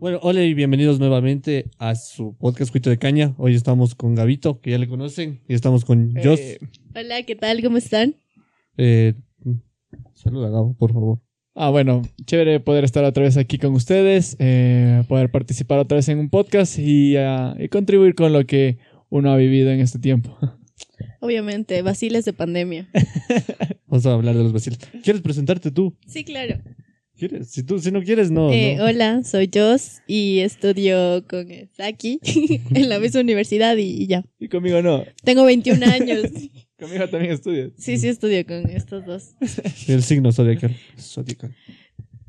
Bueno, hola y bienvenidos nuevamente a su podcast Cuito de Caña. Hoy estamos con Gabito, que ya le conocen, y estamos con Jos. Eh, Hola, ¿qué tal? ¿Cómo están? Eh, saluda, Gabo, por favor. ah, bueno, chévere poder estar otra vez aquí con ustedes, eh, poder participar otra vez en un podcast y, ah, y contribuir con lo que uno ha vivido en este tiempo. Obviamente, vaciles de pandemia. Vamos a hablar de los vaciles. ¿Quieres presentarte tú? Sí, claro. ¿Quieres? Si tú, si no quieres, Oh, no. Eh, no. Hola, soy Jos y estudio con eh, Saki en la misma universidad y, y ya. Y conmigo no, Tengo 21 años. conmigo también estudias. Sí, sí, estudio con estos dos. El signo zodiacal. Zodiacal.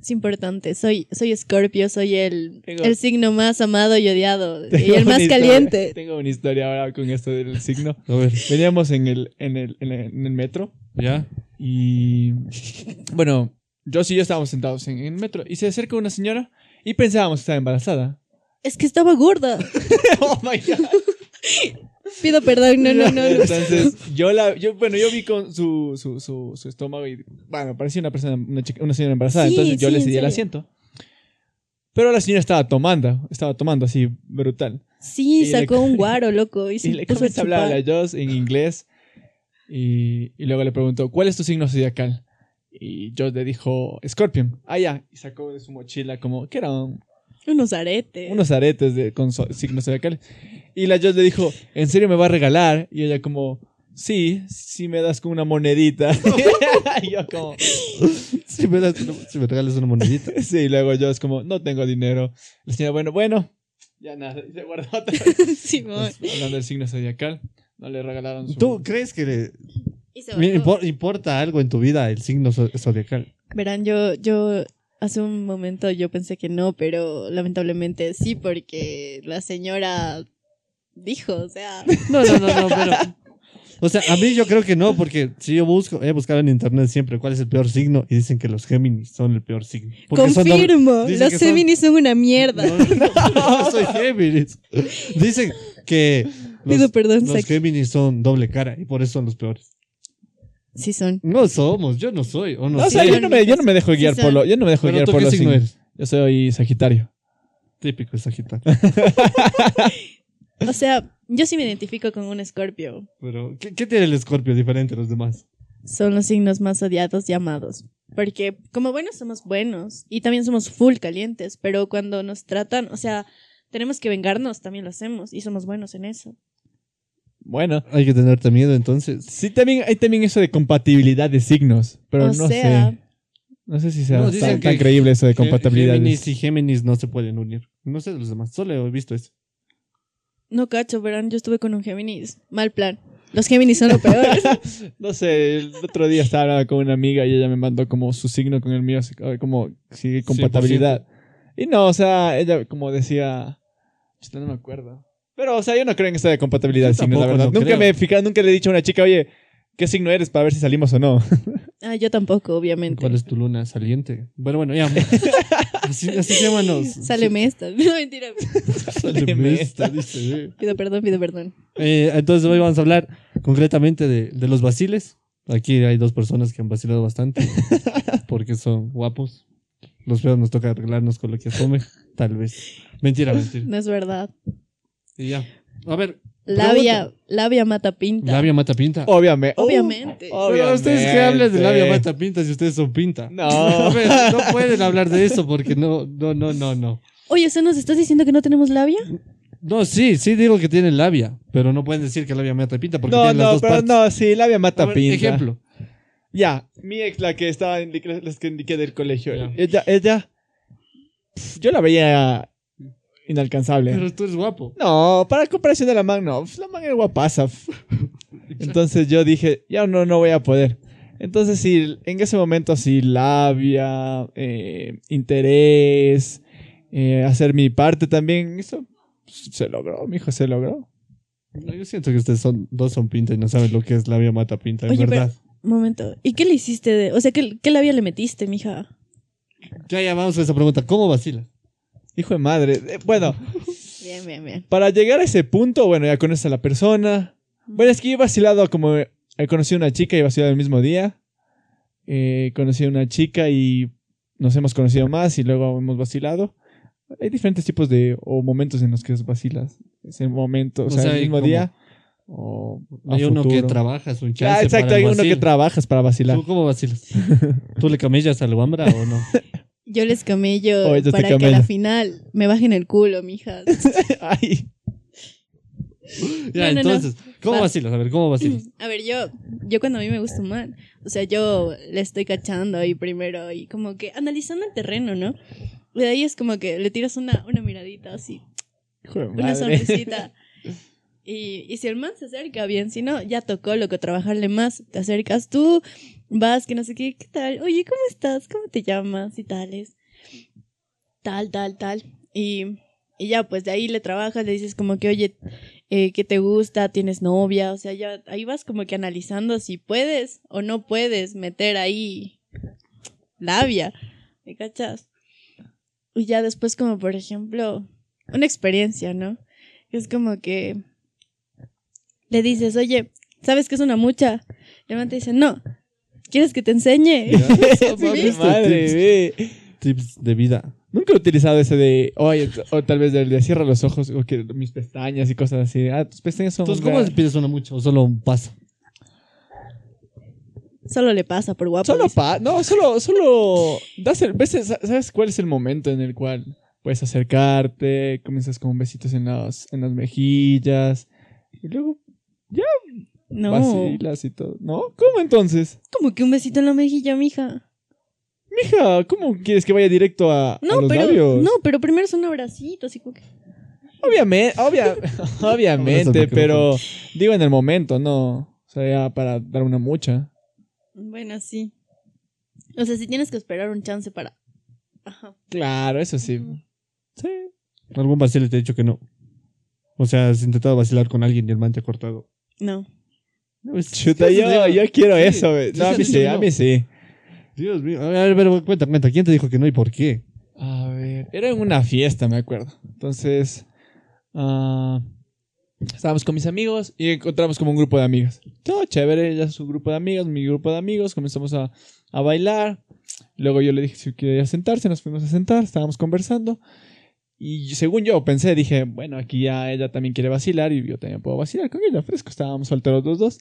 Es importante. Soy, soy Scorpio, soy el, Tengo- el signo más amado y odiado y Tengo el más una historia- caliente. Tengo una historia ahora con esto del signo. A ver, Veníamos en el, en el, en el, en el metro ¿ya? y... Bueno, yo y yo estábamos sentados en el metro y se acerca una señora y pensábamos que estaba embarazada. Es que estaba gorda. ¡Oh, my God! Pido perdón, no, no, no. no. Entonces, yo la, yo, bueno, yo vi con su, su, su, su estómago y, bueno, parecía una persona, una, chica- una señora embarazada, Sí, entonces yo sí, le en cedí el serio. asiento. Pero la señora estaba tomando, estaba tomando así, brutal. Sí, Y le- sacó un guaro, loco. Y, se Y le puso a comenzó a hablar a chupar. la Joss en inglés y, y luego le preguntó, ¿cuál es tu signo zodiacal? Y Joss le dijo, Scorpion. Ah, ya. Y sacó de su mochila como, que eran Unos aretes. unos aretes de, con so- signos zodiacales. Y la Joss le dijo, ¿en serio me va a regalar? Y ella como, sí, si me das con una monedita. y yo como, Si me, das- si me regalas una monedita. sí, y luego Joss como, no tengo dinero. La señora, bueno, bueno, ya nada, y se guardó otra vez. Simón. Hablando del signo zodiacal, no le regalaron su... ¿Tú crees que le- Y se mira, bajó. impor- importa algo en tu vida el signo zo- zodiacal? Verán, yo, yo hace un momento yo pensé que no, pero lamentablemente sí, porque la señora dijo, o sea, No, no, no, no, pero... O sea, a mí yo creo que no, porque si yo busco, he buscado en internet siempre cuál es el peor signo y dicen que los Géminis son el peor signo. Porque son doble- confirmo, dicen que los son- Géminis son una mierda. No, no, no, soy Géminis. Dicen que Pido los, perdón, los Zac. Géminis son doble cara y por eso son los peores. Sí son. No somos, yo no soy. O no, No, o soy. sea, yo no me, yo no me dejo guiar Sí, por sí. lo, yo no me dejo Pero guiar tú por qué los signo signos. eres. Yo soy Sagitario. Típico Sagitario. O sea, yo sí me identifico con un escorpio. Pero, ¿qué, qué tiene el escorpio diferente a los demás? Son los signos más odiados y amados. Porque como buenos somos buenos y también somos full calientes, pero cuando nos tratan, o sea, tenemos que vengarnos, también lo hacemos y somos buenos en eso. Bueno, Hay que tenerte miedo entonces. sí también hay también eso de compatibilidad de signos, pero O no sea- sé. No sé si sea No, dicen tan, que tan creíble eso de compatibilidad. Géminis y Géminis no se pueden unir. No sé de los demás, solo he visto eso. No cacho, verán, yo estuve con un Géminis. Mal plan. Los Géminis son lo peor. No sé, el otro día estaba hablando con una amiga y ella me mandó como su signo con el mío, así, a ver, como si hay compatibilidad. Y no, o sea, ella como decía, chuta, no me acuerdo. Pero, o sea, yo no creo en eso de compatibilidad de Yo signos, la tampoco, verdad. no nunca creo. me he fijado, nunca le he dicho a una chica, oye, ¿qué signo eres para ver si salimos o no? ah, yo tampoco, obviamente. ¿Cuál es tu luna saliente? Bueno, bueno, ya. así, así llámanos. Sáleme esta. No, mentira. Sáleme esta, dice. eh. Pido perdón, pido perdón. Eh, entonces hoy vamos a hablar concretamente de, de los vaciles. Aquí hay dos personas que han vacilado bastante porque son guapos. Los feos nos toca arreglarnos con lo que asume, tal vez. Mentira, mentira. No es verdad. Y ya. A ver, Labia, labia Oh. mata pinta. labia mata pinta. Obviamente. Uh, Obviamente. Pero ustedes que hablan de labia obviamente. mata pinta si ustedes son pinta. A No. ver, no pueden hablar de eso porque no, no, no, no, no. Oye, ¿o sea, nos estás diciendo que no tenemos labia? No, sí, sí digo que tienen labia, pero no pueden decir que labia mata pinta porque No, tienen las no, dos pero partes. no, sí, labia mata A ver, pinta. Ejemplo. Ya, mi ex, la que estaba en las que indiqué del colegio. Ya. Ella, ella. pf, Yo la veía inalcanzable. Pero tú eres guapo. No, para comparación de la man, no. pf, La man es guapaza. pf. Entonces yo dije, ya no, no voy a poder. Entonces sí, en ese momento sí, labia, eh, interés, eh, hacer mi parte también. Eso pf, se logró, mi hijo, se logró. No, yo siento que ustedes son, dos son pinta y no saben lo que es labia mata pinta, en Oye, verdad. Momento. ¿Y qué le hiciste? De... O sea, ¿qué, qué labia le metiste, mija? Ya, ya vamos a esa pregunta. ¿Cómo vacilas? Hijo de madre. Eh, bueno, Bien, bien, bien. para llegar a ese punto, bueno, ya conoces a la persona. Bueno, es que yo he vacilado como... He conocido a una chica y he vacilado el mismo día. Eh, conocí a una chica y nos hemos conocido más y luego hemos vacilado. Hay diferentes tipos de o momentos en los que vacilas. Es el momento, o, O sea, sea, el mismo como- día. O a Hay uno que futuro. trabajas, un chance. Ah, exacto, para el hay uno que vacil. trabajas para vacilar. ¿Tú cómo vacilas? ¿Tú le camillas al Wambra o no? Yo les camello Oh, ellos te para que a camellan. la final me bajen el culo, mijas. Ay, Ya, No, no, no. entonces, ¿cómo Va- vacilas? A ver, ¿cómo vacilas? A ver, yo, yo cuando a mí me gusta mal, o sea, yo le estoy cachando ahí primero y como que analizando el terreno, ¿no? De ahí es como que le tiras una, una miradita así, hijo de una madre. sonrisita. Y, y si el man se acerca bien, si no, ya tocó, loco, trabajarle más. Te acercas tú, vas, que no sé qué, ¿qué tal? Oye, ¿cómo estás? ¿Cómo te llamas? Y tales. Tal, tal, tal. Y, y ya, pues de ahí le trabajas, le dices como que, oye, eh, ¿qué te gusta? ¿Tienes novia? O sea, ya ahí vas como que analizando si puedes o no puedes meter ahí labia. ¿Me cachas? Y ya después, como por ejemplo, una experiencia, ¿no? Es como que le dices, oye, ¿sabes qué es una mucha? Y el man te dice, no, ¿quieres que te enseñe? Ya, Hijo de ¿viste? madre, tips, ve. tips de vida. Nunca he utilizado ese de, oye, t- o tal vez del de cierra los ojos, o que mis pestañas y cosas así. Ah, tus pestañas son. Entonces, ¿cómo una- le pides una mucho o solo un paso? Solo le pasa por guapo. Solo dice. pa, no, solo, solo, das el, ves- ¿sabes cuál es el momento en el cual puedes acercarte, comienzas con besitos en las, en las mejillas, y luego no, vacilas y todo, ¿no? ¿Cómo entonces? como que un besito en la mejilla, mija. Mija, ¿cómo quieres que vaya directo a, a No, los pero labios? no, pero primero son abracitos así como que Obviamente, obvia- Abrazas obviamente, el pero digo en el momento, no, o sea, ya para dar una mucha. bueno, sí. O sea, si tienes que esperar un chance para Ajá. Claro, eso sí. Ujú. Sí. ¿Algún vacile te ha dicho que no? O sea, has intentado vacilar con alguien y el man te ha cortado. No. Chuta, Sí, yo, sí. yo quiero Sí, eso. güey. sí No, a se mí dice pues, sí, que a no. mí sí. Dios mío. A ver, a ver, pero cuenta, cuenta. ¿Quién te dijo que no y por qué? A ver, era en una fiesta, me acuerdo. Entonces, ah, estábamos con mis amigos y encontramos como un grupo de amigas. Todo chévere, ya es un grupo de amigas, mi grupo de amigos, comenzamos a, a bailar. Luego yo le dije si quería sentarse, nos fuimos a sentar, estábamos conversando. Y según yo pensé, dije, bueno, aquí ya ella también quiere vacilar y yo también puedo vacilar con ella, fresco, estábamos solteros los dos.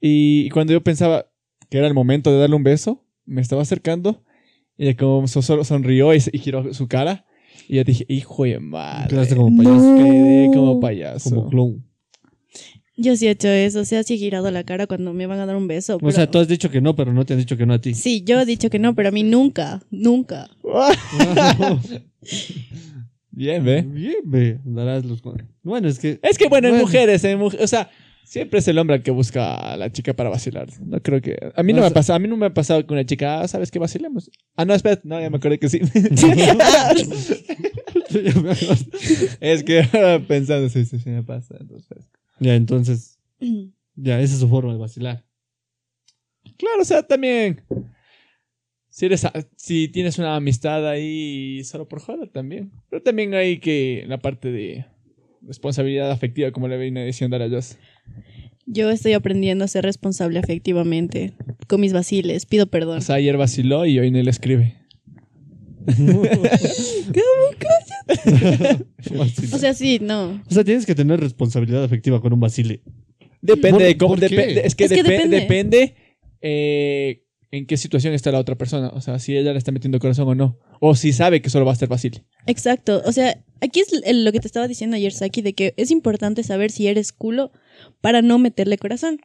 Y, y cuando yo pensaba que era el momento de darle un beso, me estaba acercando ella como so- solo sonrió y, se- y giró su cara. Y yo dije, hijo de madre. Quedaste como payaso. No. Quedé como payaso. Como clown. Yo sí he hecho eso, o sea, sí he girado la cara cuando me van a dar un beso. O pero- sea, tú has dicho que no, pero no te han dicho que no a ti. Sí, yo he dicho que no, pero a mí nunca, nunca. Ah, Bien, ve. Bien, ve. Darás los... con- Bueno, es que... Es que bueno, en Bueno. mujeres, en muj- o sea, siempre es el hombre el que busca a la chica para vacilar. No creo que. A mí no O me ha sea- pasado, a mí no me ha pasado con una chica, "Ah, ¿sabes qué vacilemos? Ah, no, espera, no, ya me acordé que sí. es que ahora pensando, sí, sí, sí me pasa. Entonces. ya, entonces... Ya, esa es su forma de vacilar. Claro, o sea, también. Si, eres, a- si tienes una amistad ahí solo por joda, también. Pero también hay que la parte de responsabilidad afectiva, como le venía diciendo a la Joss. Yo estoy aprendiendo a ser responsable afectivamente con mis vaciles. Pido O perdón. sea, ayer vaciló y hoy no le escribe. Vacilar. O sea, sí, no. O sea, tienes que tener responsabilidad afectiva con un vacile. Depende ¿Por- de cómo. por qué? depende- es que, Es que depe- depende. depende. eh, en qué situación está la otra persona. O sea, si ella le está metiendo corazón o no. O si sabe que solo va a estar vacile. Exacto. O sea, aquí es el- lo que te estaba diciendo ayer, Saki, de que es importante saber si eres culo para no meterle corazón.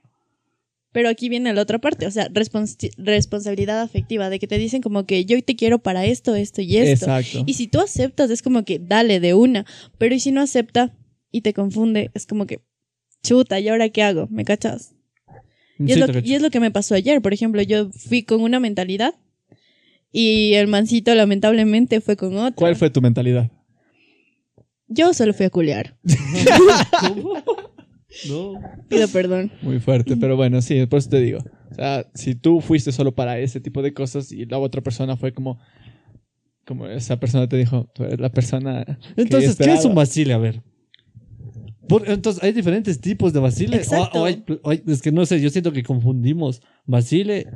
Pero aquí viene la otra parte, o sea, responsi- responsabilidad afectiva, de que te dicen como que yo te quiero para esto, esto y esto. Exacto. Y si tú aceptas, es como que dale de una. Pero y si no acepta y te confunde, es como que chuta, ¿y ahora qué hago? ¿Me cachas? Y, Sí, es lo, te que- cacho. y es lo que me pasó ayer. Por ejemplo, yo fui con una mentalidad y el mancito lamentablemente fue con otra. ¿Cuál fue tu mentalidad? Yo solo fui a culear. No. Pido perdón. Muy Mm. fuerte, pero bueno, sí, por eso te digo. O sea, si tú fuiste solo para ese tipo de cosas y la otra persona fue como. Como esa persona te dijo, tú eres la persona. que Entonces, ¿qué esperaba". es un vacile? A ver. Por- entonces, hay diferentes tipos de vacile. O- Exacto. o hay pl- o hay- es que no sé, yo siento que confundimos vacile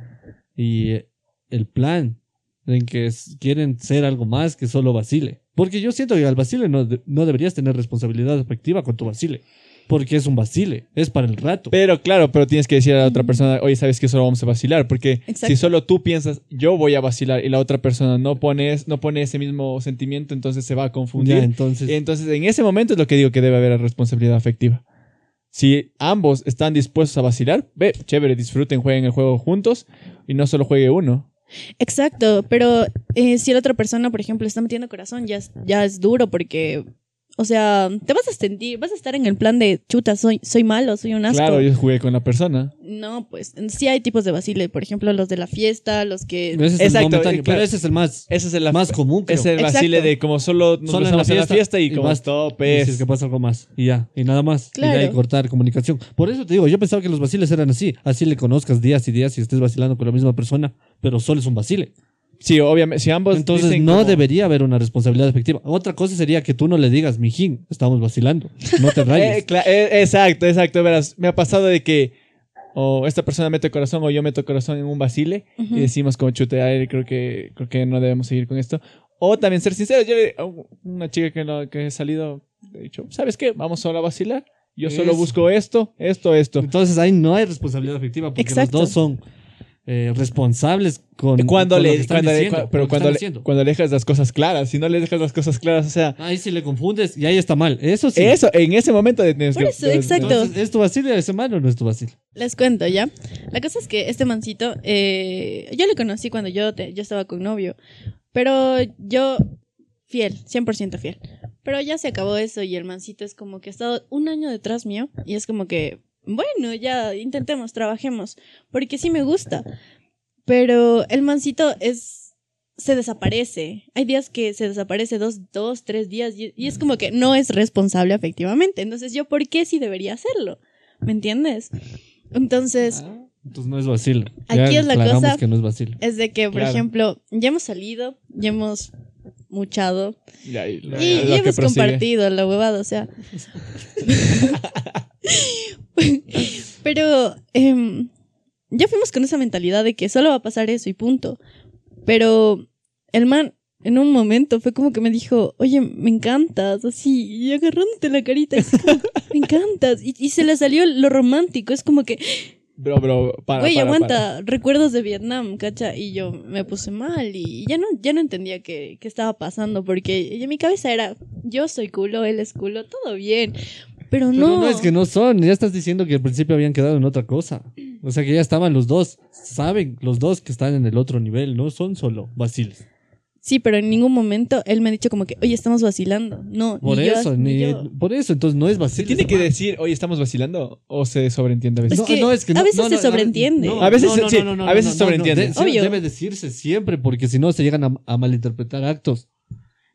y eh, el plan en que es- quieren ser algo más que solo vacile. Porque yo siento que al vacile no, de- no deberías tener responsabilidad afectiva con tu vacile. Porque es un vacile, es para el rato. Pero claro, pero tienes que decir a la otra persona, oye, sabes que solo vamos a vacilar, porque Exacto. si solo tú piensas, yo voy a vacilar y la otra persona no pone, es- no pone ese mismo sentimiento, entonces se va a Ya, confundir. entonces. Entonces, en ese momento es lo que digo que debe haber responsabilidad afectiva. Si ambos están dispuestos a vacilar, ve, chévere, disfruten, jueguen el juego juntos y no solo juegue uno. Exacto, pero eh, si la otra persona, por ejemplo, está metiendo corazón, ya es, ya es duro porque, o sea, te vas a sentir, vas a estar en el plan de chuta, soy, soy malo, soy un asco. Claro, yo jugué con la persona. No, pues sí hay tipos de vacile, por ejemplo, los de la fiesta, los que... ese es el Exacto, momentáneo, eh, claro. Pero ese es el más, Ese es el, más común. creo. es el Exacto. vacile de como solo nos Solo en la besamos en la fiesta fiesta y y como basta. Y topes. Si es que pasa algo más. Y ya. Y nada más. Y de ahí Claro. cortar comunicación. Por eso te digo, yo pensaba que los vaciles eran así. Así le conozcas días y días y estés vacilando con la misma persona. Pero solo es un vacile. Sí, obviamente, si ambos Entonces Pues, dicen no como- debería haber una responsabilidad efectiva. Otra cosa sería que tú no le digas, mijín, estamos vacilando. No te Eh, rayes. cla- eh, exacto, exacto. Verás, me ha pasado de que o esta persona mete corazón o yo meto corazón en un vacile Ujú. y decimos como chute, aire, creo que, creo que no debemos seguir con esto. O también ser sinceros, yo le- a una chica que, no- que he salido, he dicho, ¿sabes qué? Vamos solo a vacilar. Yo solo Eso. busco esto, esto, esto. Entonces ahí no hay responsabilidad efectiva porque Exacto. los dos son eh, responsables con, Eh, Cuando con lo le, que están cuando le- diciendo, cua- con pero lo que cuando están le, haciendo. cuando le dejas las cosas claras, si no le dejas las cosas claras, o sea, Ahí sí le confundes y ahí está mal. Eso sí. eso, en ese momento de- tienes Por que- eso, de- de- exacto. Entonces, ¿es tu vacile ese mal o no es tu vacile? Les cuento, ¿ya? La cosa es que este mancito, eh, yo le conocí cuando yo, te- yo estaba con novio, pero yo, fiel, 100% fiel. Pero ya se acabó eso y el mancito es como que ha estado un año detrás mío y es como que, bueno, ya intentemos, trabajemos, porque sí me gusta. Pero el mancito es, se desaparece. Hay días que se desaparece dos, dos, tres días y, y es como que no es responsable efectivamente. Entonces yo, ¿por qué sí debería hacerlo? ¿Me entiendes? Entonces, Ah, Entonces no es vacile. Aquí es la aclaramos cosa- que no es vacile. es de que, por Claro. ejemplo, ya hemos salido, ya hemos muchado Y, ahí lo- y lo ya que hemos prosigue. compartido la huevada, o sea. Pero em, ya fuimos con esa mentalidad de que solo va a pasar eso y punto. Pero el man en un momento fue como que me dijo, oye, me encantas, así, y agarrándote la carita, y así como, me encantas. Y, y se le salió lo romántico, es como que, Bro, bro, para, güey, para, aguanta, para. recuerdos de Vietnam, cacha. Y yo me puse mal y ya no, ya no entendía qué, qué estaba pasando porque en mi cabeza era, yo soy culo, él es culo, todo bien. Pero Pero no. no. es que no son. Ya estás diciendo que al principio habían quedado en otra cosa. O sea que ya estaban los dos. Saben los dos que están en el otro nivel. No son solo vaciles. Sí, pero en ningún momento él me ha dicho como que, oye, estamos vacilando. No, Por ni yo, eso. ni ni- yo. por eso. Entonces no es Se vacile. tiene esa que madre. decir, oye, estamos vacilando, o se sobreentiende a veces. Es No, que no, es que a no- veces no, no, se no, sobreentiende. no, A veces no, se- no, sí, no, no, a veces no, no, no, sobreentiende. de- sí, Obvio. Debe decirse siempre porque si no se llegan a, a malinterpretar actos.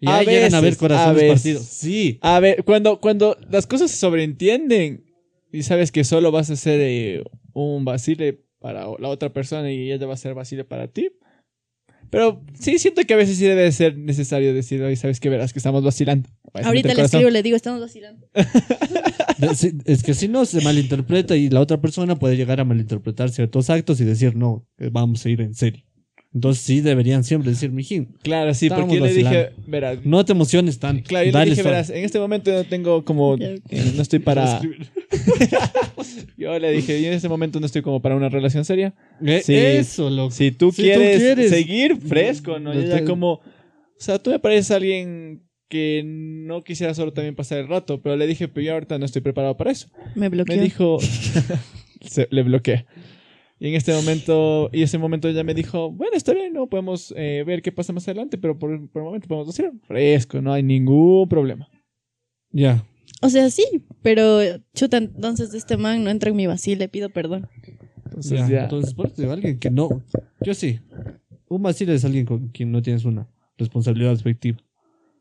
Y A ahí llegan a ver veces, a corazones veces. partidos. Sí. A ver, cuando, cuando las cosas se sobreentienden y sabes que solo vas a hacer eh, un vacile para la otra persona y ella va a ser vacile para ti. Pero sí, siento que a veces sí debe ser necesario decir, oye, sabes que verás que estamos vacilando. Vas a meter Ahorita le corazón. escribo, le digo, estamos vacilando. De- si- Eh, Es que si no, se malinterpreta y la otra persona puede llegar a malinterpretar ciertos actos y decir, no, eh, vamos a ir en serio. Entonces sí deberían siempre decir, mijín, Claro, sí, Estábamos porque yo le dije, vacilando. verás. no te emociones tanto. Claro, yo le Dale dije, suave". verás, en este momento yo no tengo como. Ya. eh, No estoy para. Yo le dije, yo en este momento no estoy como para una relación seria. Eh, Sí. Eso, loco. Si tú, Si tú quieres, quieres. seguir fresco, ¿no? No Ya te- como. O sea, tú me pareces alguien que no quisiera solo también pasar el rato, pero le dije, pero yo ahorita no estoy preparado para eso. Me bloqueó. Me dijo. se- le bloqueé. Y en este momento, y ese momento ella me dijo, bueno, está bien, no podemos eh, ver qué pasa más adelante, pero por, por el momento podemos decir fresco, no hay ningún problema. Ya. O sea, sí, pero chuta, entonces este man no entra en mi vacil, le pido perdón. Entonces ya. ya. Entonces, por eso digo, alguien que no. Yo sí. Un vacile es alguien con quien no tienes una responsabilidad afectiva.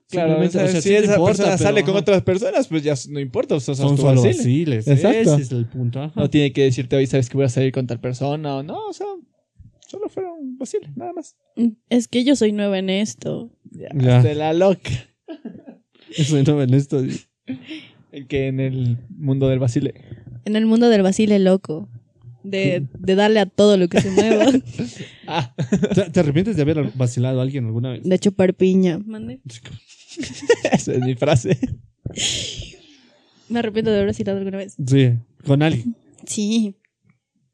Claro, Simplemente, o sea, sí si te esa importa, persona pero, sale con ajá, otras personas, pues ya no importa, o sea, Son tú solo vaciles. vaciles. Exacto. Ese es el punto. ajá. No tiene que decirte hoy, sabes que voy a salir con tal persona o no, o sea, solo fueron vaciles, nada más. Es que yo soy nueva en esto. Ya, Ya. hasta la loca. Eso no, en esto. El que en el mundo del vacile. En el mundo del vacile loco. De, de darle a todo lo que se mueva. Ah, ¿Te, te arrepientes de haber vacilado a alguien alguna vez? De chupar piña. Mande. Esa es mi frase. Me arrepiento de haberlo citado alguna vez. Sí, con alguien. Sí,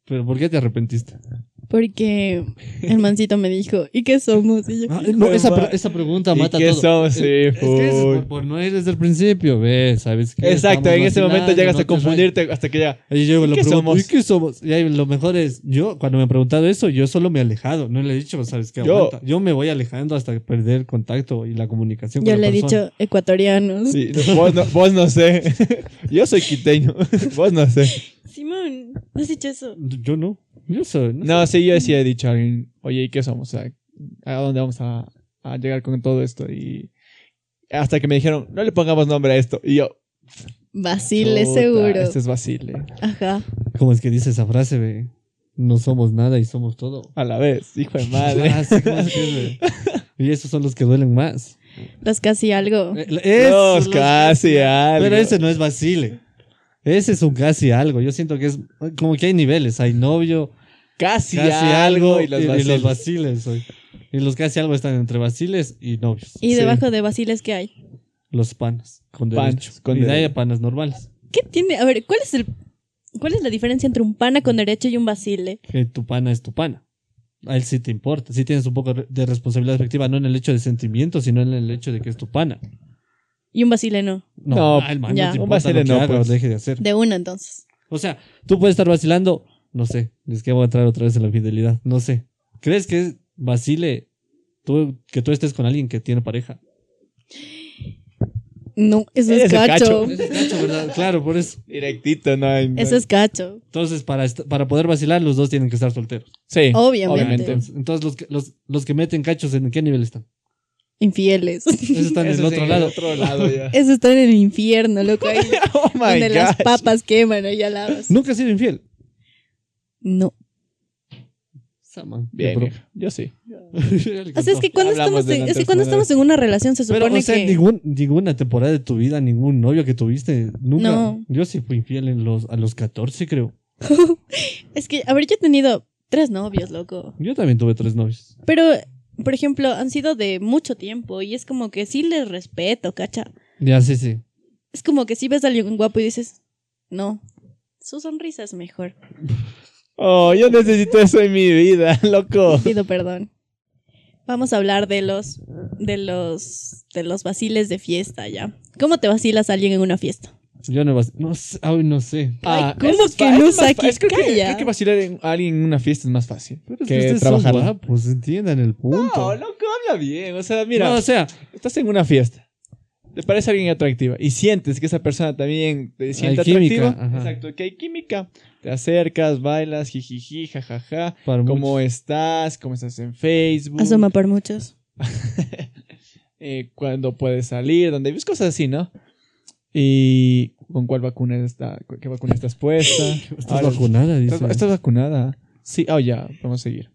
Pero ¿por qué te arrepentiste? porque el mancito me dijo, ¿y qué somos? Y yo, Ah, no, esa, pre- esa pregunta ¿Y mata qué todo. somos? Sí, es, es que es full. por, por no ir desde el principio, ve, ¿sabes qué? Exacto, Estamos en ese momento vacilando, llegas no te a rayes. confundirte hasta que ya. Y yo ¿Y lo qué pregunto, somos? ¿y qué somos? Y ahí lo mejor es, yo, cuando me han preguntado eso, yo solo me he alejado. No le he dicho, ¿sabes qué? Yo- Aguanta. Yo, me voy alejando hasta perder contacto y la comunicación yo con la le he persona. dicho, ecuatorianos. Sí, no, vos, no, vos no sé. Yo soy quiteño. Vos no sé. Simón, ¿no has dicho eso? Yo no. Yo soy. No. No, sí, yo sí he dicho a alguien, oye, ¿y qué somos? O sea, ¿A dónde vamos a, a llegar con todo esto? Y hasta que me dijeron, no le pongamos nombre a esto. Y yo, Basile, "Chuta, seguro. Este es Basile. Ajá. ¿Cómo es que dice esa frase, ve? No somos nada y somos todo. A la vez, hijo de madre. Ah, sí, ¿cómo es que es, ve? y esos son los que duelen más. Los casi algo. Eh, esos Dios, los- casi algo. Pero ese no es Basile. Ese es un casi algo. Yo siento que es como que hay niveles. Hay novio, casi, casi algo y, y Basiles. los vaciles. oye. Y los casi algo están entre vaciles y novios. ¿Y sí. debajo de Basiles qué hay? Los panas con Panas, derecho. con y de ahí derecho. a panas normales. ¿Qué tiene? A ver, ¿cuál es el cuál es la diferencia entre un pana con derecho y un Basile? Que tu pana es tu pana. A él sí te importa. Sí tienes un poco de responsabilidad afectiva, no en el hecho de sentimiento, sino en el hecho de que es tu pana. Y un Basile no. No, No, al man ya. no te Un importa vacile lo que no, haga o pues. deje de hacer. De una entonces. O sea, tú puedes estar vacilando, no sé, es que voy a entrar otra vez en la fidelidad, no sé. ¿Crees que es vacile tú, que tú estés con alguien que tiene pareja? No, eso Eres es el cacho. cacho. Eso es cacho, ¿verdad? Claro, por eso. Directito, no hay. no Eso hay- es cacho. Entonces, para, est- para poder vacilar, los dos tienen que estar solteros. Sí, Obviamente. obviamente. Entonces, entonces, los, que, los, los que meten cachos, ¿en qué nivel están? Infieles. Esos están en el Eso sí, otro lado. otro lado ya. Eso está en el infierno, loco. Ahí, oh my donde las gosh. papas queman ahí alabas. Nunca has sido infiel. No. Esa man, qué Bien, pro- viejo, yo sí. Ya le O sea, es que cantó. cuando, Hablamos estamos, de la en, es que cuando tercera estamos en una relación se supone Pero, o sea, que... ningún- ninguna temporada de tu vida, ningún novio que tuviste, nunca. No. Yo sí fui infiel en los, a los 14, creo. Es que, a ver, yo he tenido tres novios, loco. Yo también tuve tres novios. Pero, por ejemplo, han sido de mucho tiempo y es como que sí les respeto, cacha. Ya, sí, sí. Es como que si ves a alguien guapo y dices, no, su sonrisa es mejor. Oh, yo necesito eso en mi vida, loco. Pido perdón. Vamos a hablar de los, de los, de los vaciles de fiesta ya. ¿Cómo te vacilas a alguien en una fiesta? Yo no vas- No sé. Ay, no sé. Ah, ¿cómo eso es que fa- no eso es más saque? fa- es- creo, que, Calla. creo que vacilar en- a alguien en una fiesta es más fácil Pero es que que ustedes trabajar. son guapos, entiendan el punto. No, No, loco, habla bien. O sea, mira, o sea, estás en una fiesta. Te parece alguien atractiva y sientes que esa persona también te siente química, atractiva. ajá. Exacto, que hay química. Te acercas, bailas, jijiji, jajaja. para ¿Cómo muchos- estás? ¿Cómo estás en Facebook? Asoma por muchos. eh, cuándo puedes salir, dónde vives, cosas así, ¿no? Y con cuál vacuna está, cu- qué vacuna estás puesta. Estás Ahora- vacunada, dice. ¿Estás, estás vacunada? Sí, oh ya, vamos a seguir.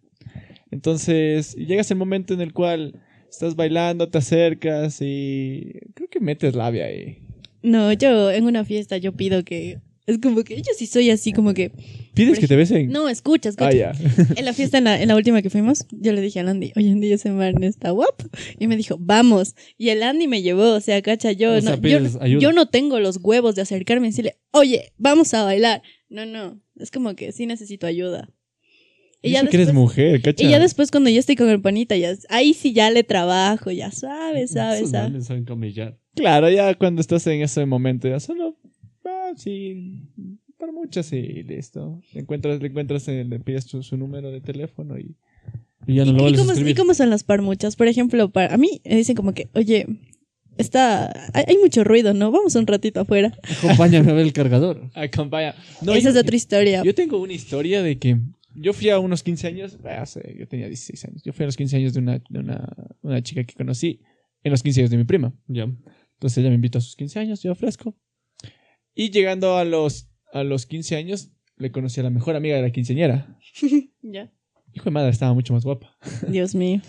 Entonces, y llegas el momento en el cual estás bailando, te acercas y creo que metes labia ahí. No, yo en una fiesta yo pido que... Es como que yo sí soy así, como que... ¿Pides que te besen? Pues, No, escucha, escucha. Ah, ya. En la fiesta, en la, en la última que fuimos, yo le dije al Andy, oye Andy, ese man está guapo. Y me dijo, vamos. Y el Andy me llevó, o sea, cacha, yo, O no, sea, yo, pides ayuda. yo no tengo los huevos de acercarme y decirle, oye, vamos a bailar. No, no, es como que sí necesito ayuda. Y, Y ya eso que eres después, mujer, cacha. y ya después cuando yo estoy con el panita, ya, ahí sí ya le trabajo, ya sabes, sabes, Esos sabes. manes saben camellar. Claro, ya cuando estás en ese momento, ya solo, ah, sí, para muchas y listo. Le encuentras, le encuentras, eh, le pides su, su número de teléfono y... Y ya no ¿Y- lo ¿Y, vuelves a cómo, y escribir. cómo son las parmuchas? Por ejemplo, para, a mí me dicen como que, oye, está, hay, hay mucho ruido, ¿no? Vamos un ratito afuera. Acompáñame a ver el cargador. Acompaña. Esa yo- es otra historia. Yo tengo una historia de que yo fui a unos 15 años, eh, hace, yo tenía 16 años, yo fui a los 15 años de una, de una, una chica que conocí en los 15 años de mi prima. Ya. Entonces ella me invitó a sus 15 años, yo ofrezco. Y llegando a los, a los 15 años, le conocí a la mejor amiga de la quinceañera. Ya. Hijo de madre, estaba mucho más guapa. Dios mío.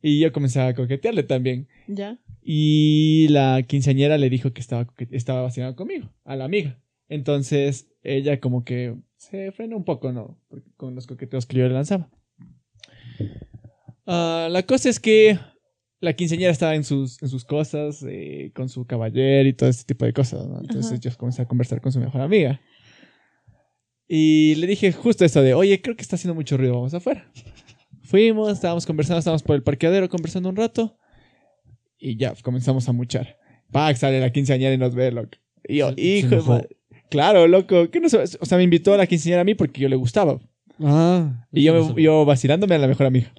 Y yo comenzaba a coquetearle también. Ya. Y la quinceañera le dijo que estaba, coquet- estaba vacilando conmigo, a la amiga. Entonces ella como que se frenó un poco, ¿no? Porque Con los coqueteos que yo le lanzaba. Ah, la cosa es que la quinceañera estaba en sus, en sus cosas, eh, con su caballero y todo ese tipo de cosas, ¿no? Entonces Ajá. yo comencé a conversar con su mejor amiga. Y le dije justo esto de, oye, creo que está haciendo mucho ruido, vamos afuera. Fuimos, estábamos conversando, estábamos por el parqueadero conversando un rato. Y ya, comenzamos a muchar. Pac sale la quinceañera y nos ve, loco. Y yo, Se- se hijo, de enojó. ma- claro, loco. ¿qué no sabes? o sea, me invitó a la quinceañera a mí porque yo le gustaba. Ah. Y yo, me- yo vacilándome a la mejor amiga.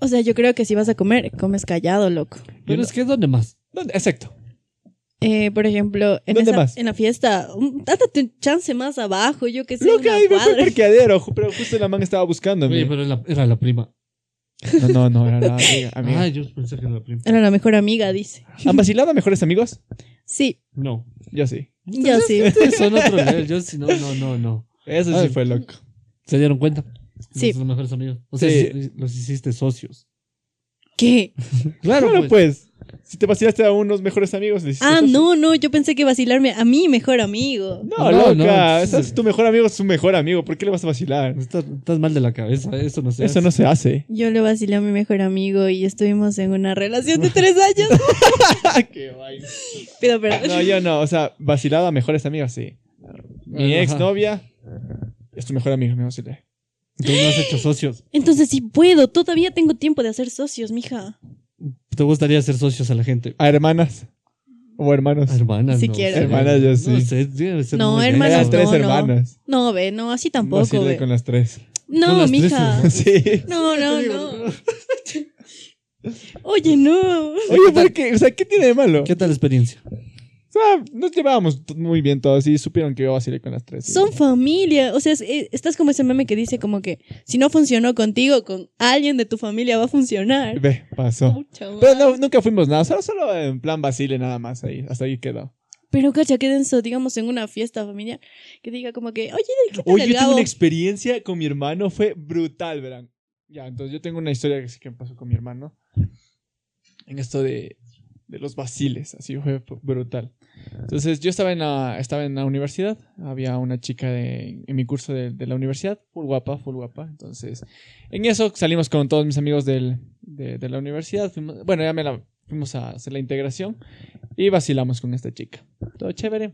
O sea, yo creo que si vas a comer, comes callado, loco. Pero es que ¿dónde más? ¿Dónde? Exacto. Eh, por ejemplo, en, ¿Dónde esa- más? en la fiesta, un- dátate un chance más abajo, yo que sé, Loca, una ahí me fue al cuadra. parqueadero, ju- pero justo la man estaba Oye, buscándome. pero la- era la prima. No, no, no, era la amiga. amiga. Ah, yo pensé que era la prima. Era la mejor amiga, dice. ¿Han vacilado a mejores amigos? Sí, No. Yo sí. yo sí. Ustedes son otro nivel. Yo sí, no, no, no, no. Eso Ah. sí fue loco. ¿Se dieron cuenta? Sí. Los son los mejores amigos. O sea, Sí. sí, los hiciste socios. ¿Qué? Claro, Bueno, pues. pues. Si te vacilaste a unos mejores amigos, le hiciste Ah, socio. no, no, yo pensé que vacilarme a mi mejor amigo. No, No, loca. no, sí, sabes, sí. tu mejor amigo es tu mejor amigo. ¿Por qué le vas a vacilar? Estás, estás mal de la cabeza. Eso no sé. Eso no se hace. Yo le vacilé a mi mejor amigo y estuvimos en una relación de tres años. Qué vaina. Pido perdón. No, yo no. O sea, vacilado a mejores amigas, sí. Mi Ajá. ex novia es tu mejor amiga, me vacilé. Tú no has hecho socios. Entonces sí puedo, todavía tengo tiempo de hacer socios, mija. ¿Te gustaría hacer socios a la gente? A hermanas. O hermanos. A Hermanas. Si no quiero. sé. Hermanas, yo sí. No sé, debe ser No, muy hermanas denso. Eran tres no, no. hermanas. No, ve, no, así Vacilé tampoco, Ah. ve. con las tres. con No, las mija. tres, Sí. No, no, Te digo, no. Oye, no. Oye, ¿por qué? O sea, ¿qué tiene de malo? ¿Qué tal la experiencia? O sea, nos llevábamos t- muy bien todos y supieron que yo vacilé con las tres. sí. Son familia. O sea, es- eh, estás como ese meme que dice como que si no funcionó contigo, con alguien de tu familia va a funcionar. Ve, pasó. Pucha, Pero madre. no, nunca fuimos nada, solo, solo en plan vacile nada más ahí. Hasta ahí quedó. Pero cacha, qué denso, digamos, en una fiesta familiar, que diga como que, oye, ¿qué tal Oye, el yo tengo Gabo?" una experiencia con mi hermano, fue brutal, verán. Ya, entonces yo tengo una historia que sí que me pasó con mi hermano. En esto de, de los vaciles, así fue p- brutal. Entonces yo estaba en la, estaba en la universidad, había una chica de- en mi curso de, de la universidad, full guapa, full guapa. Entonces en eso salimos con todos mis amigos del- de, de la universidad, fuimos- bueno, ya me la fuimos a hacer la integración y vacilamos con esta chica. Todo chévere.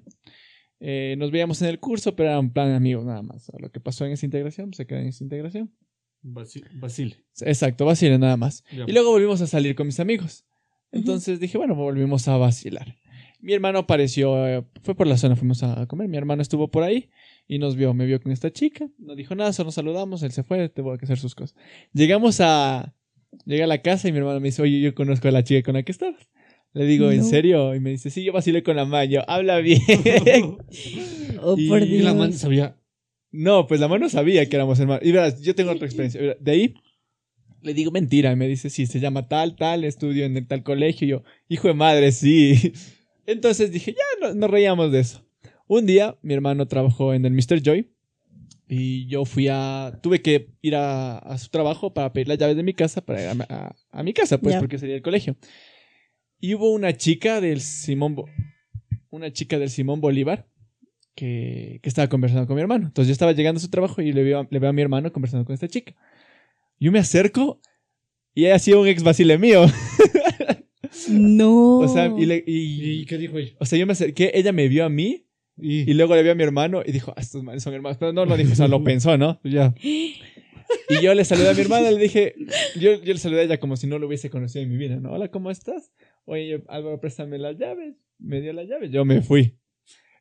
Eh, nos veíamos en el curso, pero era un plan amigos nada más. Lo que pasó en esa integración, pues, se queda en esa integración. Basile. Exacto, vacilen nada más. Ya. Y luego volvimos a salir con mis amigos. Ujú. Entonces dije, bueno, volvimos a vacilar. Mi hermano apareció, eh, fue por la zona, fuimos a comer. Mi hermano estuvo por ahí y nos vio, me vio con esta chica. No dijo nada, solo nos saludamos, él se fue, tuvo que hacer sus cosas. Llegamos a. Llegué a la casa y mi hermano me dice, oye, yo conozco a la chica con la que estabas. Le digo, ¿en No. serio? Y me dice, sí, yo vacilé con la mayo, habla bien. Oh, Y por Y la Dios. man sabía. No, pues la mano sabía que éramos hermanos. Y verás, yo tengo otra experiencia. Verás, De ahí le digo mentira y me dice, sí, se llama tal, tal, estudio en el tal colegio. Y yo, hijo de madre, sí. Entonces dije, ya, no- nos reíamos de eso. Un día mi hermano trabajó en el Mr. Joy y yo fui a... Tuve que ir a, a su trabajo para pedir las llaves de mi casa, para ir a, a- a mi casa, pues, Ya. porque sería el colegio. Y hubo una chica del Simón... Bo- una chica del Simón Bolívar que, que estaba conversando con mi hermano. Entonces yo estaba llegando a su trabajo y le veo, a- le veo a mi hermano conversando con esta chica. Yo me acerco y ella ha sido un ex vacile mío. No. O sea, y, le- y- ¿Y qué dijo ella? o sea, yo me acerqué, ella me vio a mí Y, y luego le vio a mi hermano y dijo, ah, estos manes son hermanos. Pero no lo dijo, o sea, lo pensó, ¿no? ya. Y yo le saludé a mi hermana, le dije, yo, yo le saludé a ella como si no lo hubiese conocido en mi vida, ¿no? Hola, ¿cómo estás? Oye, Álvaro, préstame las llaves. Me dio las llaves, yo me fui.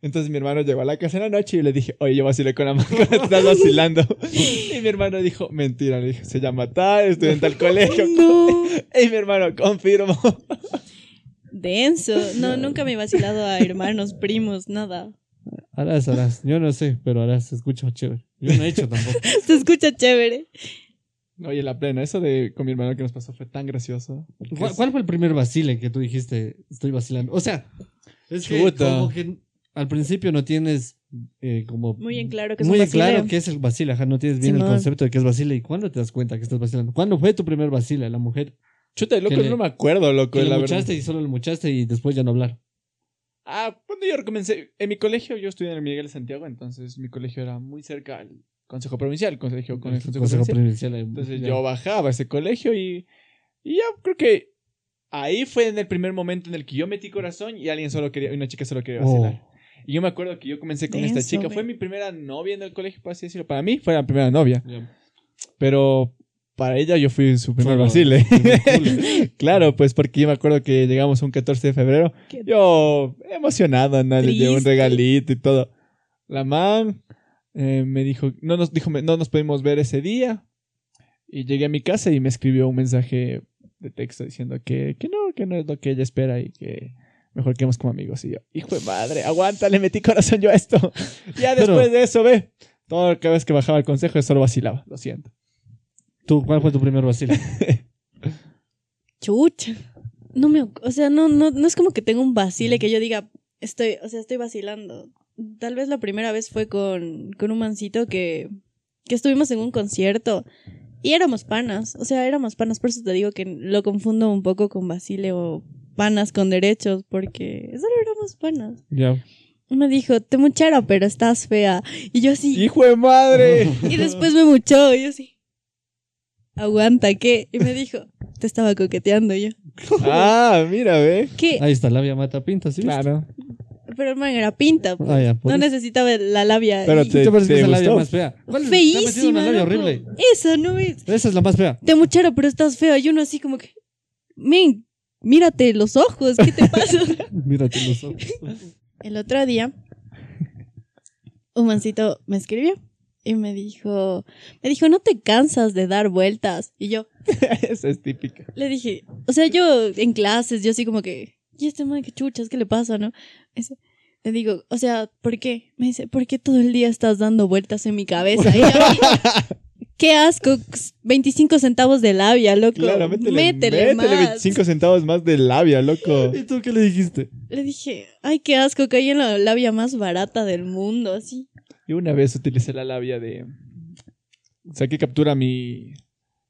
Entonces mi hermano llegó a la casa en la noche y le dije, oye, yo vacilé con la mano, estás vacilando. Y mi hermano dijo, mentira, le dije, se llama tal, estoy en tal colegio. No. Y mi hermano, confirmo. Denso. No, nunca me he vacilado a hermanos, primos, nada. Harás, harás. Yo no sé, pero harás. Se escucha chévere. Yo no he hecho tampoco. Se escucha chévere. Oye, la plena, eso de con mi hermano que nos pasó fue tan gracioso. ¿Cuál, cuál fue el primer vacile que tú dijiste estoy vacilando? O sea, es que Chuta. como que al principio no tienes eh, como Muy en claro que es muy un en claro vacileo. qué es el vacile, ajá, no tienes bien Simón. el concepto de qué es vacile y cuándo te das cuenta que estás vacilando. ¿Cuándo fue tu primer vacile a la mujer? Chuta, loco, Que le- no me acuerdo, loco, Que la le verdad. muchaste y solo le muchaste y después ya no hablar. Ah, cuando yo comencé, en mi colegio, yo estudié en el Miguel de Santiago, entonces mi colegio era muy cerca al Consejo Provincial, el colegio con el Consejo, Consejo Provincial. provincial. eh, Entonces ya. yo bajaba a ese colegio y Y ya creo que ahí fue en el primer momento en el que yo metí corazón y alguien solo quería, una chica solo quería vacilar. Oh, Y yo me acuerdo que yo comencé con esta Denso, chica. güey. Fue mi primera novia en el colegio, por así decirlo. Para mí fue la primera novia. Pero para ella yo fui su primer Solo vacile. primer claro, pues porque yo me acuerdo que llegamos un 14 de febrero. Qué- Yo emocionado, ¿no? Le llevé un Triste. regalito y todo. La man eh, me dijo, no nos dijo, no nos pudimos ver ese día. Y llegué a mi casa y me escribió un mensaje de texto diciendo que, que no, que no es lo que ella espera y que mejor quedemos como amigos. Y yo, hijo de madre, aguanta, le metí corazón yo a esto. ya Pero- después de eso, ve. Todo cada vez que bajaba el consejo, yo solo vacilaba, lo siento. ¿Tú, ¿Cuál fue tu primer vacile? Chucha. No me, o sea, no, no, no es como que tengo un vacile que yo diga, estoy, o sea, estoy vacilando. Tal vez la primera vez fue con, con un mancito que, que estuvimos en un concierto y éramos panas, o sea, éramos panas, por eso te digo que lo confundo un poco con vacile o panas con derechos, porque solo éramos panas. Ya. Me dijo, te muchara, pero estás fea. Y yo así, ¡Hijo de madre! y después me muchó, y yo así. Aguanta, ¿qué? Y me dijo, te estaba coqueteando y yo. ah, mira, ve. ¿Qué? Ahí está, labia mata pinta, ¿sí? viste? Claro. Pero el man era pinta. pues. Ah, ya. por no eso. necesitaba la labia. Pero y- te- ¿Te parece que es la labia gustó? más fea? ¿Cuál es? Te ha metido Feísima. una labia loco. horrible. Esa no es. Esa es la más fea. Te muchara, pero estás feo. Y uno así como que. Men, mírate los ojos. ¿Qué te pasa? Mírate los ojos. el otro día, un mancito me escribió y me dijo. Me dijo, no te cansas de dar vueltas. Y yo Esa es típica. le dije. O sea, yo en clases, yo así como que. ¿Y este man qué chuchas? ¿Qué le pasa, no? Ese- le digo, o sea, ¿por qué? Me dice, ¿por qué todo el día estás dando vueltas en mi cabeza? Y yo, Qué asco, 25 centavos de labia, loco. Claro, métele, métele, más. 25 centavos más de labia, loco. ¿Y tú qué le dijiste? Le dije, ay, qué asco, caí en la labia más barata del mundo, así. Yo una vez utilicé la labia de. Saqué captura a mi.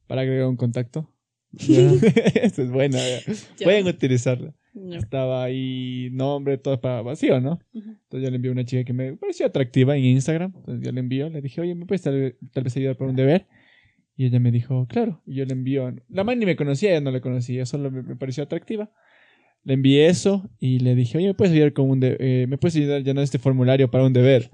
para agregar un contacto. Esa es buena. vea. Ya. Pueden utilizarla. No. Estaba ahí nombre, todo para vacío, ¿no? Ujú. Entonces yo le envié a una chica que me pareció atractiva en Instagram. Entonces yo le envío, le dije, oye, ¿me puedes tal, tal vez ayudar por un deber? Y ella me dijo, claro. Y yo le envío. La man ni me conocía, ella no la conocía, solo me, me pareció atractiva. Le envié eso y le dije, oye, ¿me puedes ayudar con un de- eh, ¿Me puedes ayudar llenando este formulario para un deber?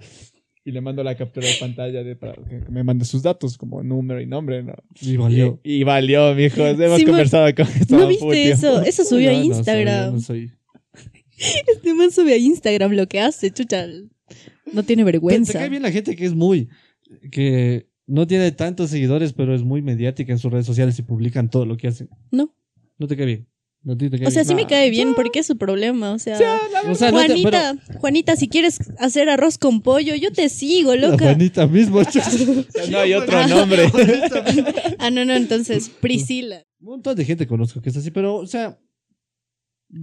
Y le mando la captura de pantalla de, para que me mande sus datos, como número y nombre. ¿no? Y valió. Y, y valió, mijo. Hemos Sí, me- conversado con esta ¿No man viste full tiempo. eso? Eso subió a No, no soy, Instagram. yo no soy. Este man sube a Instagram lo que hace, chucha. No tiene Te, te vergüenza. cae bien la gente que es muy. que no tiene tantos seguidores, pero es muy mediática en sus redes sociales y publican todo lo que hacen. No. No te cae bien. No te, te cae O sea, bien. sí me Ah, cae bien porque es su problema, o sea... O sea, no te- pero- Juanita, Juanita, si quieres hacer arroz con pollo, yo te sigo, Ah, La loca. Juanita mismo. No hay otro nombre. Ah, no, no, entonces, Priscila. Un montón de gente conozco que es así, pero, o sea.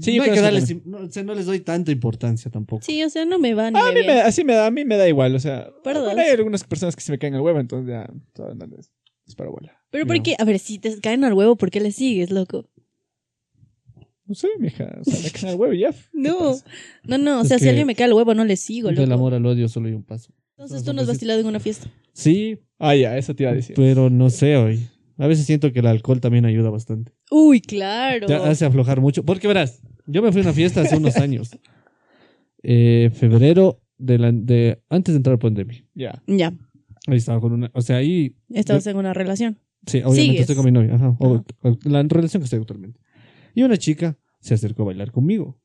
Sí, no hay pero que eso darles. im- No, o sea, no les doy tanta importancia tampoco. Sí, o sea, no me va ni A me mí, viene. me, así me da, a mí me da igual, o sea, Perdón. bueno, hay algunas personas que se me caen el huevo, entonces ya, todo, no, es, es para bola. Pero Ya. porque, a ver, si te caen al huevo, ¿por qué le sigues, loco? No sé, mija, o sea, me caen el huevo y ya. ¿qué No, pasa? no, no, o Es sea, si que alguien me cae al huevo, no le sigo, loco. Del amor al odio solo hay un paso. Entonces tú nos vacilado en una fiesta. Sí, Ah, ya, eso te iba a decir. pero no sé hoy. A veces siento que el alcohol también ayuda bastante. Uy, claro. Te hace aflojar mucho. Porque verás, yo me fui a una fiesta hace unos años. Eh, febrero de, la- de antes de entrar a pandemia. Ya. Ya, Ahí estaba con una. O sea, ahí. estabas en una relación. Sí, obviamente Sigues. estoy con mi novia. Ajá, o- Ajá. o- la relación que estoy actualmente. Y una chica se acercó a bailar conmigo.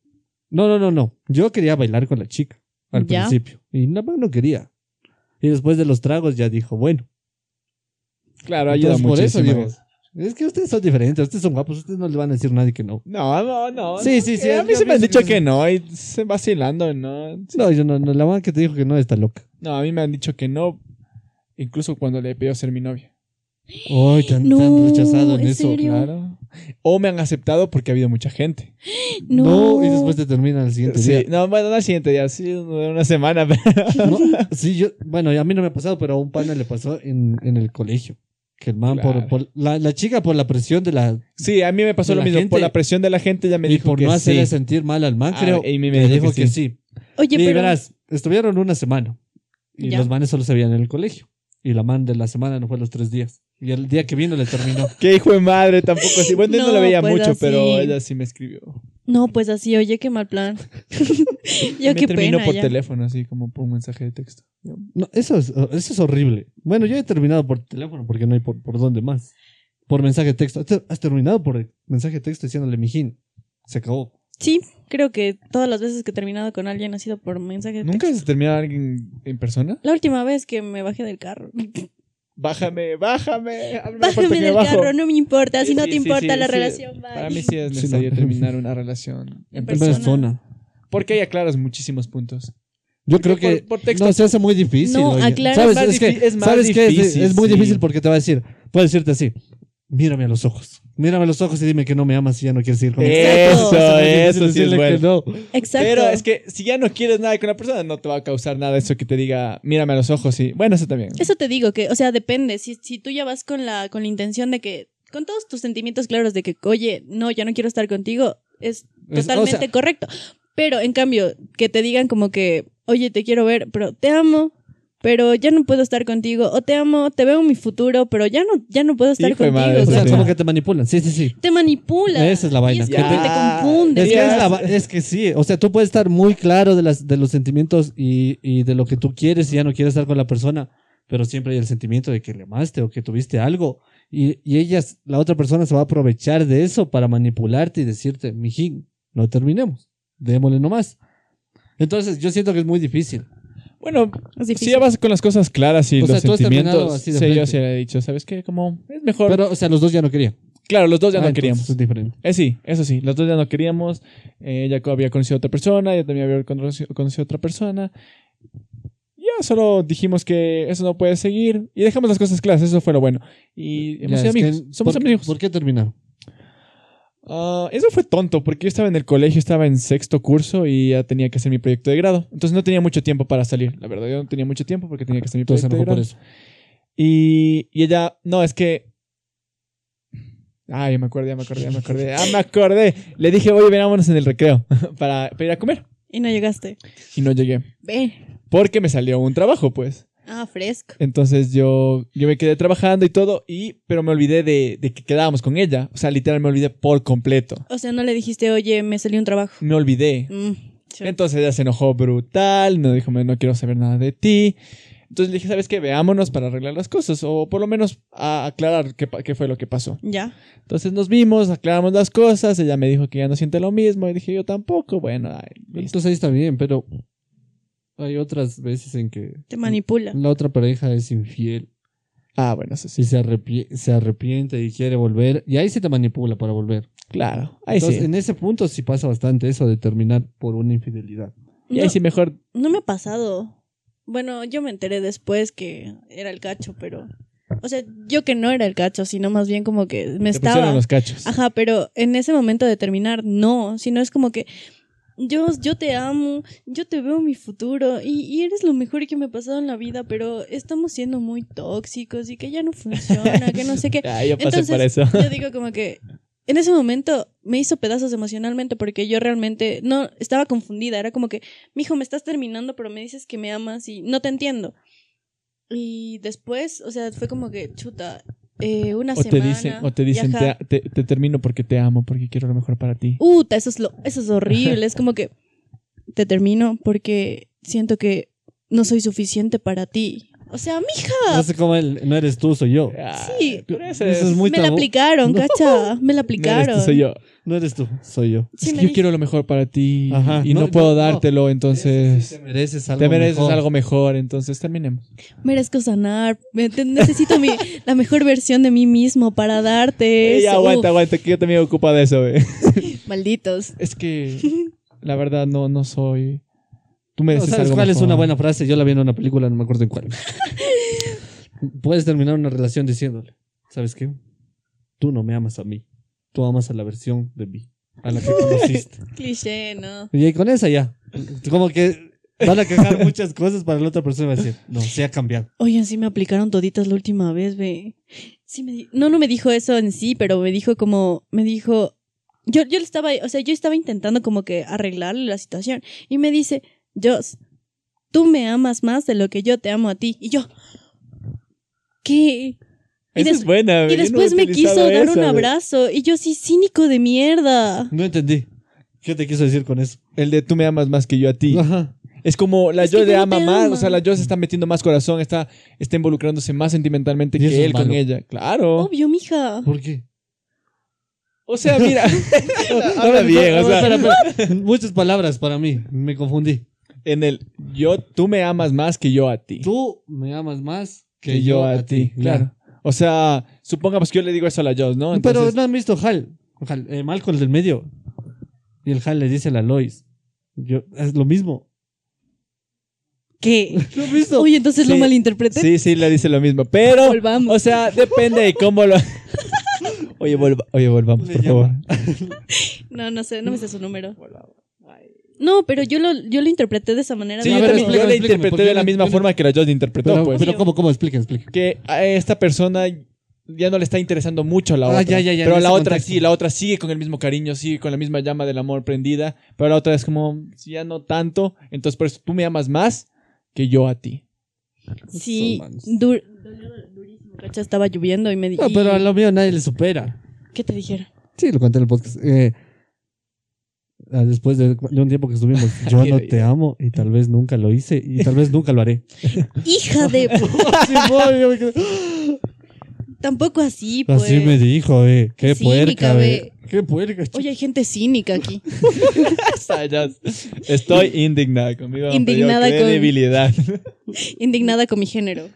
No, no, no, no. Yo quería bailar con la chica al Ya. principio. Y nada más no quería. Y después de los tragos ya dijo, bueno. Claro, ayuda Entonces, pues, por eso muchísimo. digo. Es que ustedes son diferentes, ustedes son guapos, ustedes no le van a decir a nadie que no. No, no, no. Sí, no, sí, que sí, A mí yo se me han pienso dicho que que, sí. no, y se vacilando, no. No, yo no, no, la mamá que te dijo que no está loca. No, a mí me han dicho que no, incluso cuando le pidió ser mi novia. Ay, te han, te han No, rechazado en ¿en eso. serio? Claro. O me han aceptado porque ha habido mucha gente. No. No. y después te termina el siguiente Sí, día. no, bueno, no al siguiente día, sí, una semana, No, sí, yo, bueno, a mí no me ha pasado, pero a un pana le pasó en, en el colegio. Que el man, por- Claro. por, la, la chica por la presión de la. Sí, a mí me pasó De lo la mismo. gente. Por la presión de la gente ya me y dijo por que no hacerle sí. sentir mal al man, Ah, creo. y me le dijo dijo que que sí. sí. y Oye, pero... verás, estuvieron una semana. Y Ya. los manes solo se veían en el colegio. Y la man de la semana no fue los tres días. Y el día que vino le terminó. Qué hijo de madre, tampoco así. Bueno, yo no No, la veía pues mucho, así. pero ella sí me escribió. No, pues así, oye, qué mal plan. Yo me qué terminó pena. por ya. teléfono, así como por un mensaje de texto. No, eso, es, eso es horrible. Bueno, yo he terminado por teléfono porque no hay por, por dónde más. Por mensaje de texto. Has ter- Has terminado por mensaje de texto diciéndole mijín. Se acabó. Sí, creo que todas las veces que he terminado con alguien ha sido por mensaje de ¿Nunca texto. se termina alguien en persona? La última vez que me bajé del carro. Bájame, bájame. ábreme la puerta Bájame que del bajo. carro, no me importa. Sí, Si no sí, te sí, importa sí, la sí. relación, bye. Para mí sí es Sí, necesario no. terminar una relación en En En persona. persona. Porque ahí aclaras muchísimos puntos. Yo Porque creo que por- por texto- no se hace muy difícil. No, oye. aclara- ¿Sabes? Es más Es, que, difí- es más ¿sabes qué? Es- difícil, Es, muy sí. difícil porque te va a decir, puede decirte así, mírame a los ojos. Mírame a los ojos y dime que no me amas y ya no quieres seguir conmigo. Eso, Es eso muy difícil sí es decirle bueno. que no. Exacto. Pero es que si ya no quieres nada con la persona, no te va a causar nada eso que te diga, mírame a los ojos y... Bueno, eso también. Eso te digo, que, o sea, depende. Si, si tú ya vas con la, con la intención de que, con todos tus sentimientos claros de que, oye, no, ya no quiero estar contigo, es Es- o totalmente sea- correcto. Pero en cambio, que te digan como que, oye, te quiero ver, pero te amo, pero ya no puedo estar contigo, o te amo, te veo en mi futuro, pero ya no, ya no puedo estar Hijo de contigo. madre, O sea, Sí. gacha. como que te manipulan. Sí, sí, sí. Te manipula. Esa es la vaina. Y es como que te Ya. confunde. Es que, Ya. es, la- es que sí, o sea, tú puedes estar muy claro de, las, de los sentimientos y, y de lo que tú quieres y ya no quieres estar con la persona, pero siempre hay el sentimiento de que le amaste o que tuviste algo y, y ellas, la otra persona se va a aprovechar de eso para manipularte y decirte, mijín, no terminemos, démosle nomás. Entonces, yo siento que es muy difícil. Bueno, Es si difícil. ya vas con las cosas claras y O sea, los tú has terminado sentimientos... así de Sí, yo frente. sí le he dicho, ¿sabes qué? Como es mejor... Pero, o sea, los dos ya no querían. claro, los dos ya Ah, no entonces queríamos. Es diferente. Eh, sí, eso sí, los dos ya no queríamos. Eh, Jacob había conocido a otra persona, yo también había conoci- conocido a otra persona. Ya solo dijimos que eso no puede seguir y dejamos las cosas claras, eso fue lo bueno. Y hemos Ya, sido es que- amigos, somos ¿por- amigos. ¿Por qué terminaron? Ah, eso fue tonto, porque yo estaba en el colegio, estaba en sexto curso y ya tenía que hacer mi proyecto de grado. Entonces no tenía mucho tiempo para salir, la verdad, yo no tenía mucho tiempo porque tenía que hacer mi Entonces, proyecto a lo de mejor por grado. eso. Y, y ella, no, es que. Ah, ya me acordé, ya me acordé, ya me acordé. Ah, me acordé. Le dije, oye, venámonos en el recreo para, para ir a comer. Y no llegaste. Y no llegué. Ve. Porque me salió un trabajo, pues. Ah, fresco. Entonces yo, yo me quedé trabajando y todo, y, pero me olvidé de, de que quedábamos con ella. O sea, literal me olvidé por completo. O sea, no le dijiste, oye, me salió un trabajo. Me olvidé. Mm, sí. Entonces ella se enojó brutal, me dijo, no quiero saber nada de ti. Entonces le dije, ¿sabes qué? Veámonos para arreglar las cosas, o por lo menos a aclarar qué, pa- qué fue lo que pasó. Ya. Entonces nos vimos, aclaramos las cosas, ella me dijo que ya no siente lo mismo, y dije yo tampoco, bueno, ay, listo. Entonces ahí está bien, pero hay otras veces en que Te manipula. la otra pareja es infiel Ah, bueno, eso sí, si se, arrepie- se arrepiente y quiere volver y ahí se te manipula para volver. claro, ahí Entonces sí. en ese punto sí pasa bastante eso de terminar por una infidelidad. Y ahí No, sí mejor, no me ha pasado. Bueno, yo me enteré después que era el cacho, pero. O sea, yo que no era el cacho, sino más bien como que me te pusieron estaba. los cachos. Ajá, pero en ese momento de terminar, no. Sino es como que. Yo, yo te amo, yo te veo mi futuro y, y eres lo mejor que me ha pasado en la vida, pero estamos siendo muy tóxicos y que ya no funciona, que no sé qué. Ah, yo pasé Entonces, por eso. Yo digo como que en ese momento me hizo pedazos emocionalmente porque yo realmente no estaba confundida. Era como que, mijo, me estás terminando, pero me dices que me amas y no te entiendo. Y después, o sea, fue como que, chuta, eh, una O te semana. dicen, o te, dicen y te, ajá. te- te termino porque te amo, porque quiero lo mejor para ti. Uta, eso es, lo, eso es horrible. es como que te termino porque siento que no soy suficiente para ti. O No sea, mija, sé cómo él, no eres tú, soy yo. Ah, sí. pero ese Eso es Ah, muy me la tabú. aplicaron, No. cacha. No Me la eres tú, aplicaron. Este soy yo. No eres tú, soy yo. Uh, Sí, Es que me yo dijo- quiero lo mejor para ti Ajá. y no, No, no, puedo no. dártelo, entonces te mereces algo te mereces mejor. algo mejor, entonces terminemos. Merezco sanar. me- te- Necesito mi, la mejor versión de mí mismo para darte Ey, eso. aguanta, aguanta, que yo también me ocupo de eso, eh. Uh, malditos. Es que la verdad no, no soy. Tú mereces ¿Sabes algo cuál es mejor. una buena frase? Yo la vi en una película, no me acuerdo en cuál. Puedes terminar una relación diciéndole, ¿sabes qué? Tú no me amas a mí, tú amas a la versión de mí, a la que conociste. Cliché, ¿no? Y ahí con esa ya. Como que van a cagar muchas cosas para la otra persona y va a decir, no, se ha cambiado. Oigan, sí me aplicaron toditas la última vez, ve. Sí me di- no, no me dijo eso en sí, pero me dijo como, me dijo, yo, yo le estaba, o sea, yo estaba intentando como que arreglarle la situación. Y me dice, Joss, tú me amas más de lo que yo te amo a ti. Y yo, ¿qué? Y Esa des- es buena. Y yo no he después me quiso utilizado dar esa, un güey. abrazo. Y yo sí, cínico de mierda. No entendí. ¿Qué te quiso decir con eso? El de tú me amas más que yo a ti. Ajá. Es como la Es yo que le yo no ama te más, amo. o sea, la yo se está metiendo más corazón, está, está involucrándose más sentimentalmente Y eso que es él con malo. ella. Claro. Obvio, mija. ¿Por qué? O sea, mira, Ahora habla bien, o sea, Muchas palabras para mí. Me confundí. en el yo tú me amas más que yo a ti. Tú me amas más que, yo a, ti, claro. O sea, supongamos que yo le digo eso a la Joss, ¿no? Pero Entonces, no han visto Hal. Hal eh, Malcolm, el del medio. Y el Hal le dice a la Lois. Yo, es lo mismo. ¿Qué? ¿Lo has visto? Oye, entonces lo Sí, malinterpreté. sí, sí, le dice lo mismo, pero Volvamos. o sea, depende de cómo lo Oye, volva- oye, volvamos, Le por llama. favor. No, no sé, no me sé su número. No, pero yo lo, yo lo interpreté de esa manera. Sí, A yo, ver, también- explícame, yo le explícame, interpreté porque de la yo- misma yo- forma que la Joss interpretó, Pero, pues. pero ¿cómo, cómo? Expliquen, expliquen. que a esta persona ya no le está interesando mucho la Ah, otra. ya, ya, ya, pero en a la ese otra contexto. sí, la otra sigue con el mismo cariño, sigue con la misma llama del amor prendida, pero la otra es como "Sí, ya no tanto, entonces por eso tú me amas más que yo a ti. Sí, Son manos. dur- dolió durísimo. Cacha, estaba lloviendo y me dijo. No, pero a lo mío nadie le supera. ¿Qué te dijeron? Sí, lo conté en el podcast. Eh, ah, después de, de un tiempo que estuvimos, yo no te amo y tal vez nunca lo hice y tal vez nunca lo haré. Hija de. Sí, voy, yo me quedé- Tampoco así, pues. Así me dijo, eh. Qué Sí, puerca, mi ve. Qué puerca. ch- Oye, hay gente cínica aquí. Hasta ya- Estoy indignada conmigo. me Indignada perdió con- credibilidad. Indignada con mi género.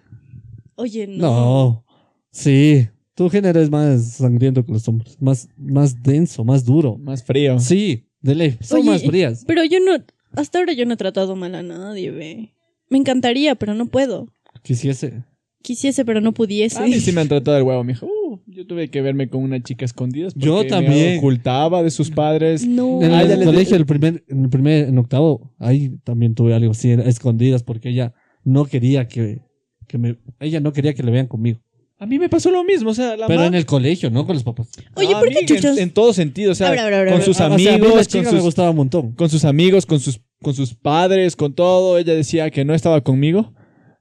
Oye, no. No. Sí. Tu género es más sangriento que los hombres. Más, más denso, más duro. Más frío. Sí, de ley. Son Oye, más frías. Pero yo no. Hasta ahora yo no he tratado mal a nadie, ve. Me encantaría, pero no puedo. Quisiese. Quisiese, pero no pudiese. A mí sí me han tratado del huevo, mijo. Uh, yo tuve que verme con una chica escondida. Yo también. Me ocultaba de sus padres. No. En Ah, el ya les- colegio, el primer, en el primer, en octavo, ahí también tuve algo así, era escondidas, porque ella no quería que, que me, ella no quería que le vean conmigo. A mí me pasó lo mismo. O sea, la Pero ma- en el colegio, no con los papás. Oye, A ¿por qué mí en- chuchas? En, todo sentido, o sea, Ahora, ahora, ahora, con ahora. sus O sea, a mí la amigos, chica con, me sus, gustaba un montón. con sus amigos, con sus, con sus padres, con todo. Ella decía que no estaba conmigo,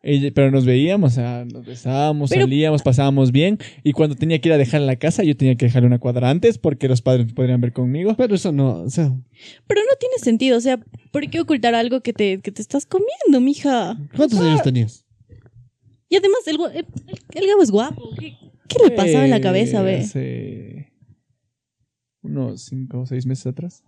ella- pero nos veíamos, o sea, nos besábamos, Pero- salíamos, pasábamos bien. Y cuando tenía que ir a dejar en la casa, yo tenía que dejarle una cuadra antes porque los padres podrían ver conmigo. Pero eso no, o sea, Pero no tiene sentido, o sea, ¿por qué ocultar algo que te, que te estás comiendo, mija? ¿cuántos Ah. años tenías? Y además, el, gu- el, el gabo es guapo. ¿Qué, qué le pasaba en la cabeza, Eh, Pues. ve? Hace unos cinco o seis meses atrás.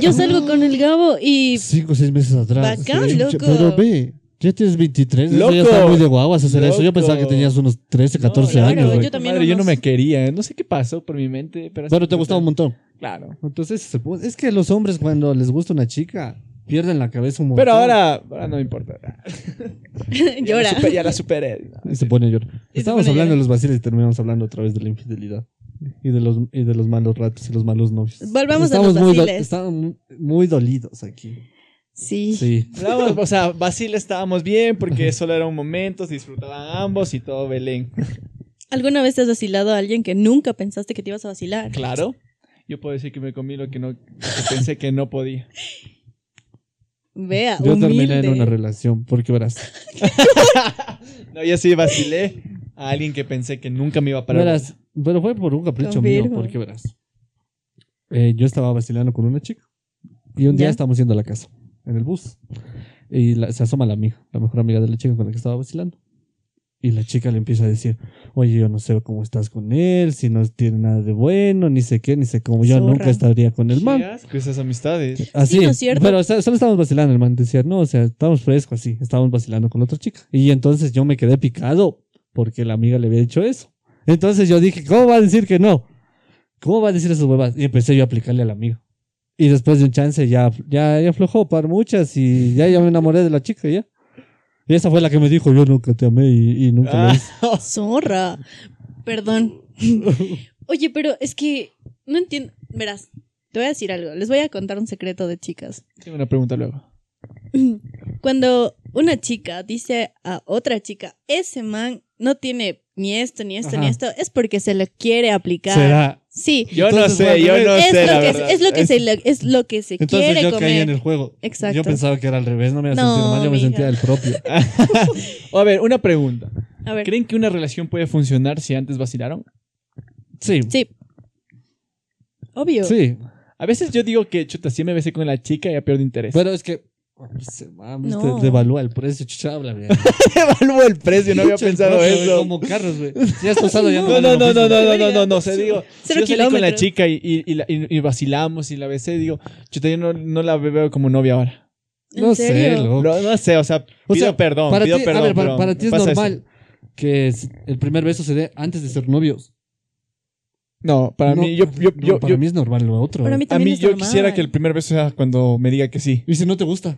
Yo salgo con el gabo y. Cinco o seis meses atrás. Bacán, Sí. loco. Pero ve, ya tienes 23, eso Loco. ya está muy de guaguas hacer eso. Yo Loco. pensaba que tenías unos 13, 14 No, claro, años. yo güey. también Madre, yo no unos- me quería, eh, no sé qué pasó por mi mente. Pero, Pero te gustaba un montón. Claro. Entonces, se puede- es que los hombres cuando les gusta una chica, pierden la cabeza un montón. Pero ahora, ahora no me importa. llora. Ya la superé. ya la superé. Y se pone a llorar. se Estábamos pone hablando a llorar. de los vaciles y terminamos hablando otra vez de la infidelidad. Y de los, y de los malos ratos y los malos novios. Volvamos a Estamos los muy do- vaciles. Estamos muy dolidos aquí. Sí. Sí. Hablábamos, pues, o sea, Basile estábamos bien porque solo era un momento, se disfrutaban ambos y todo Belén. ¿Alguna vez te has vacilado a alguien que nunca pensaste que te ibas a vacilar? Claro. Yo puedo decir que me comí lo que no lo que pensé que no podía. Vea, Yo terminé humilde. en una relación, porque verás. No, yo sí vacilé a alguien que pensé que nunca me iba a parar. verás pero fue por un capricho mío, Confirmo. porque verás. Eh, yo estaba vacilando con una chica y un día Ya. estamos yendo a la casa, en el bus. Y la- se asoma la amiga, la mejor amiga de la chica con la que estaba vacilando. Y la chica le empieza a decir, oye, yo no sé cómo estás con él, si no tiene nada de bueno, ni sé qué, ni sé cómo. Yo Zorra. nunca estaría con el Qué man. asco esas amistades. Así, Sí, ¿no es cierto? Ah, pero sa- solo estábamos vacilando, el man decía, no, o sea, estábamos frescos así, estábamos vacilando con la otra chica. Y entonces yo me quedé picado porque la amiga le había dicho eso. Entonces yo dije, ¿cómo va a decir que no? ¿Cómo va a decir esas huevas? Y empecé yo a aplicarle a la amiga. Y después de un chance ya, ya, ya aflojó para muchas y ya, ya me enamoré de la chica, ya. Y esa fue la que me dijo, yo nunca te amé y, y nunca lo Ah, hice. Zorra. Perdón. Oye, pero es que no entiendo. Verás, te voy a decir algo. Les voy a contar un secreto de chicas. Tengo una pregunta luego. Cuando una chica dice a otra chica, ese man no tiene ni esto, ni esto, ni Ajá. esto, es porque se lo quiere aplicar. Será. Sí. Yo Entonces, no sé, bueno, yo no es, sé, la lo verdad. que, es lo que se, le- es lo que se Entonces quiere yo caí comer. en el juego. Exacto. Yo pensaba que era al revés, no me iba a No, sentir mal, yo me mija. sentía el propio. A ver, una pregunta. A ver. ¿Creen que una relación puede funcionar si antes vacilaron? Sí. Sí. Obvio. Sí. A veces yo digo que, chuta, si me besé con la chica ya pierdo interés. Pero es que. Se, mames, No. te devalúa el precio, chucha, habla, güey. evaluó el precio, no había Chucha, el pensado precio, güey, eso. Como carros, güey. Si has usado ya no No, vale no, lo no, mismo. no, no, no, Debería, no, no, no, sí. se digo. si Cero yo salí con la kilómetros. chica y, y, y la- y- y vacilamos y la besé, digo, chuta, yo no, no la veo como novia ahora. ¿En No serio? sé, loco. No, no sé, o sea, pido O sea, perdón, Para ti, pido a perdón. ver, para, pero para ti es pasa eso. normal que s- el primer beso se dé antes de ser novios. No, para No, mí, yo, yo, no, yo, para yo- mí es normal lo otro. Para mí a también mí es yo normal. quisiera que el primer beso sea cuando me diga que sí. Y si no te gusta,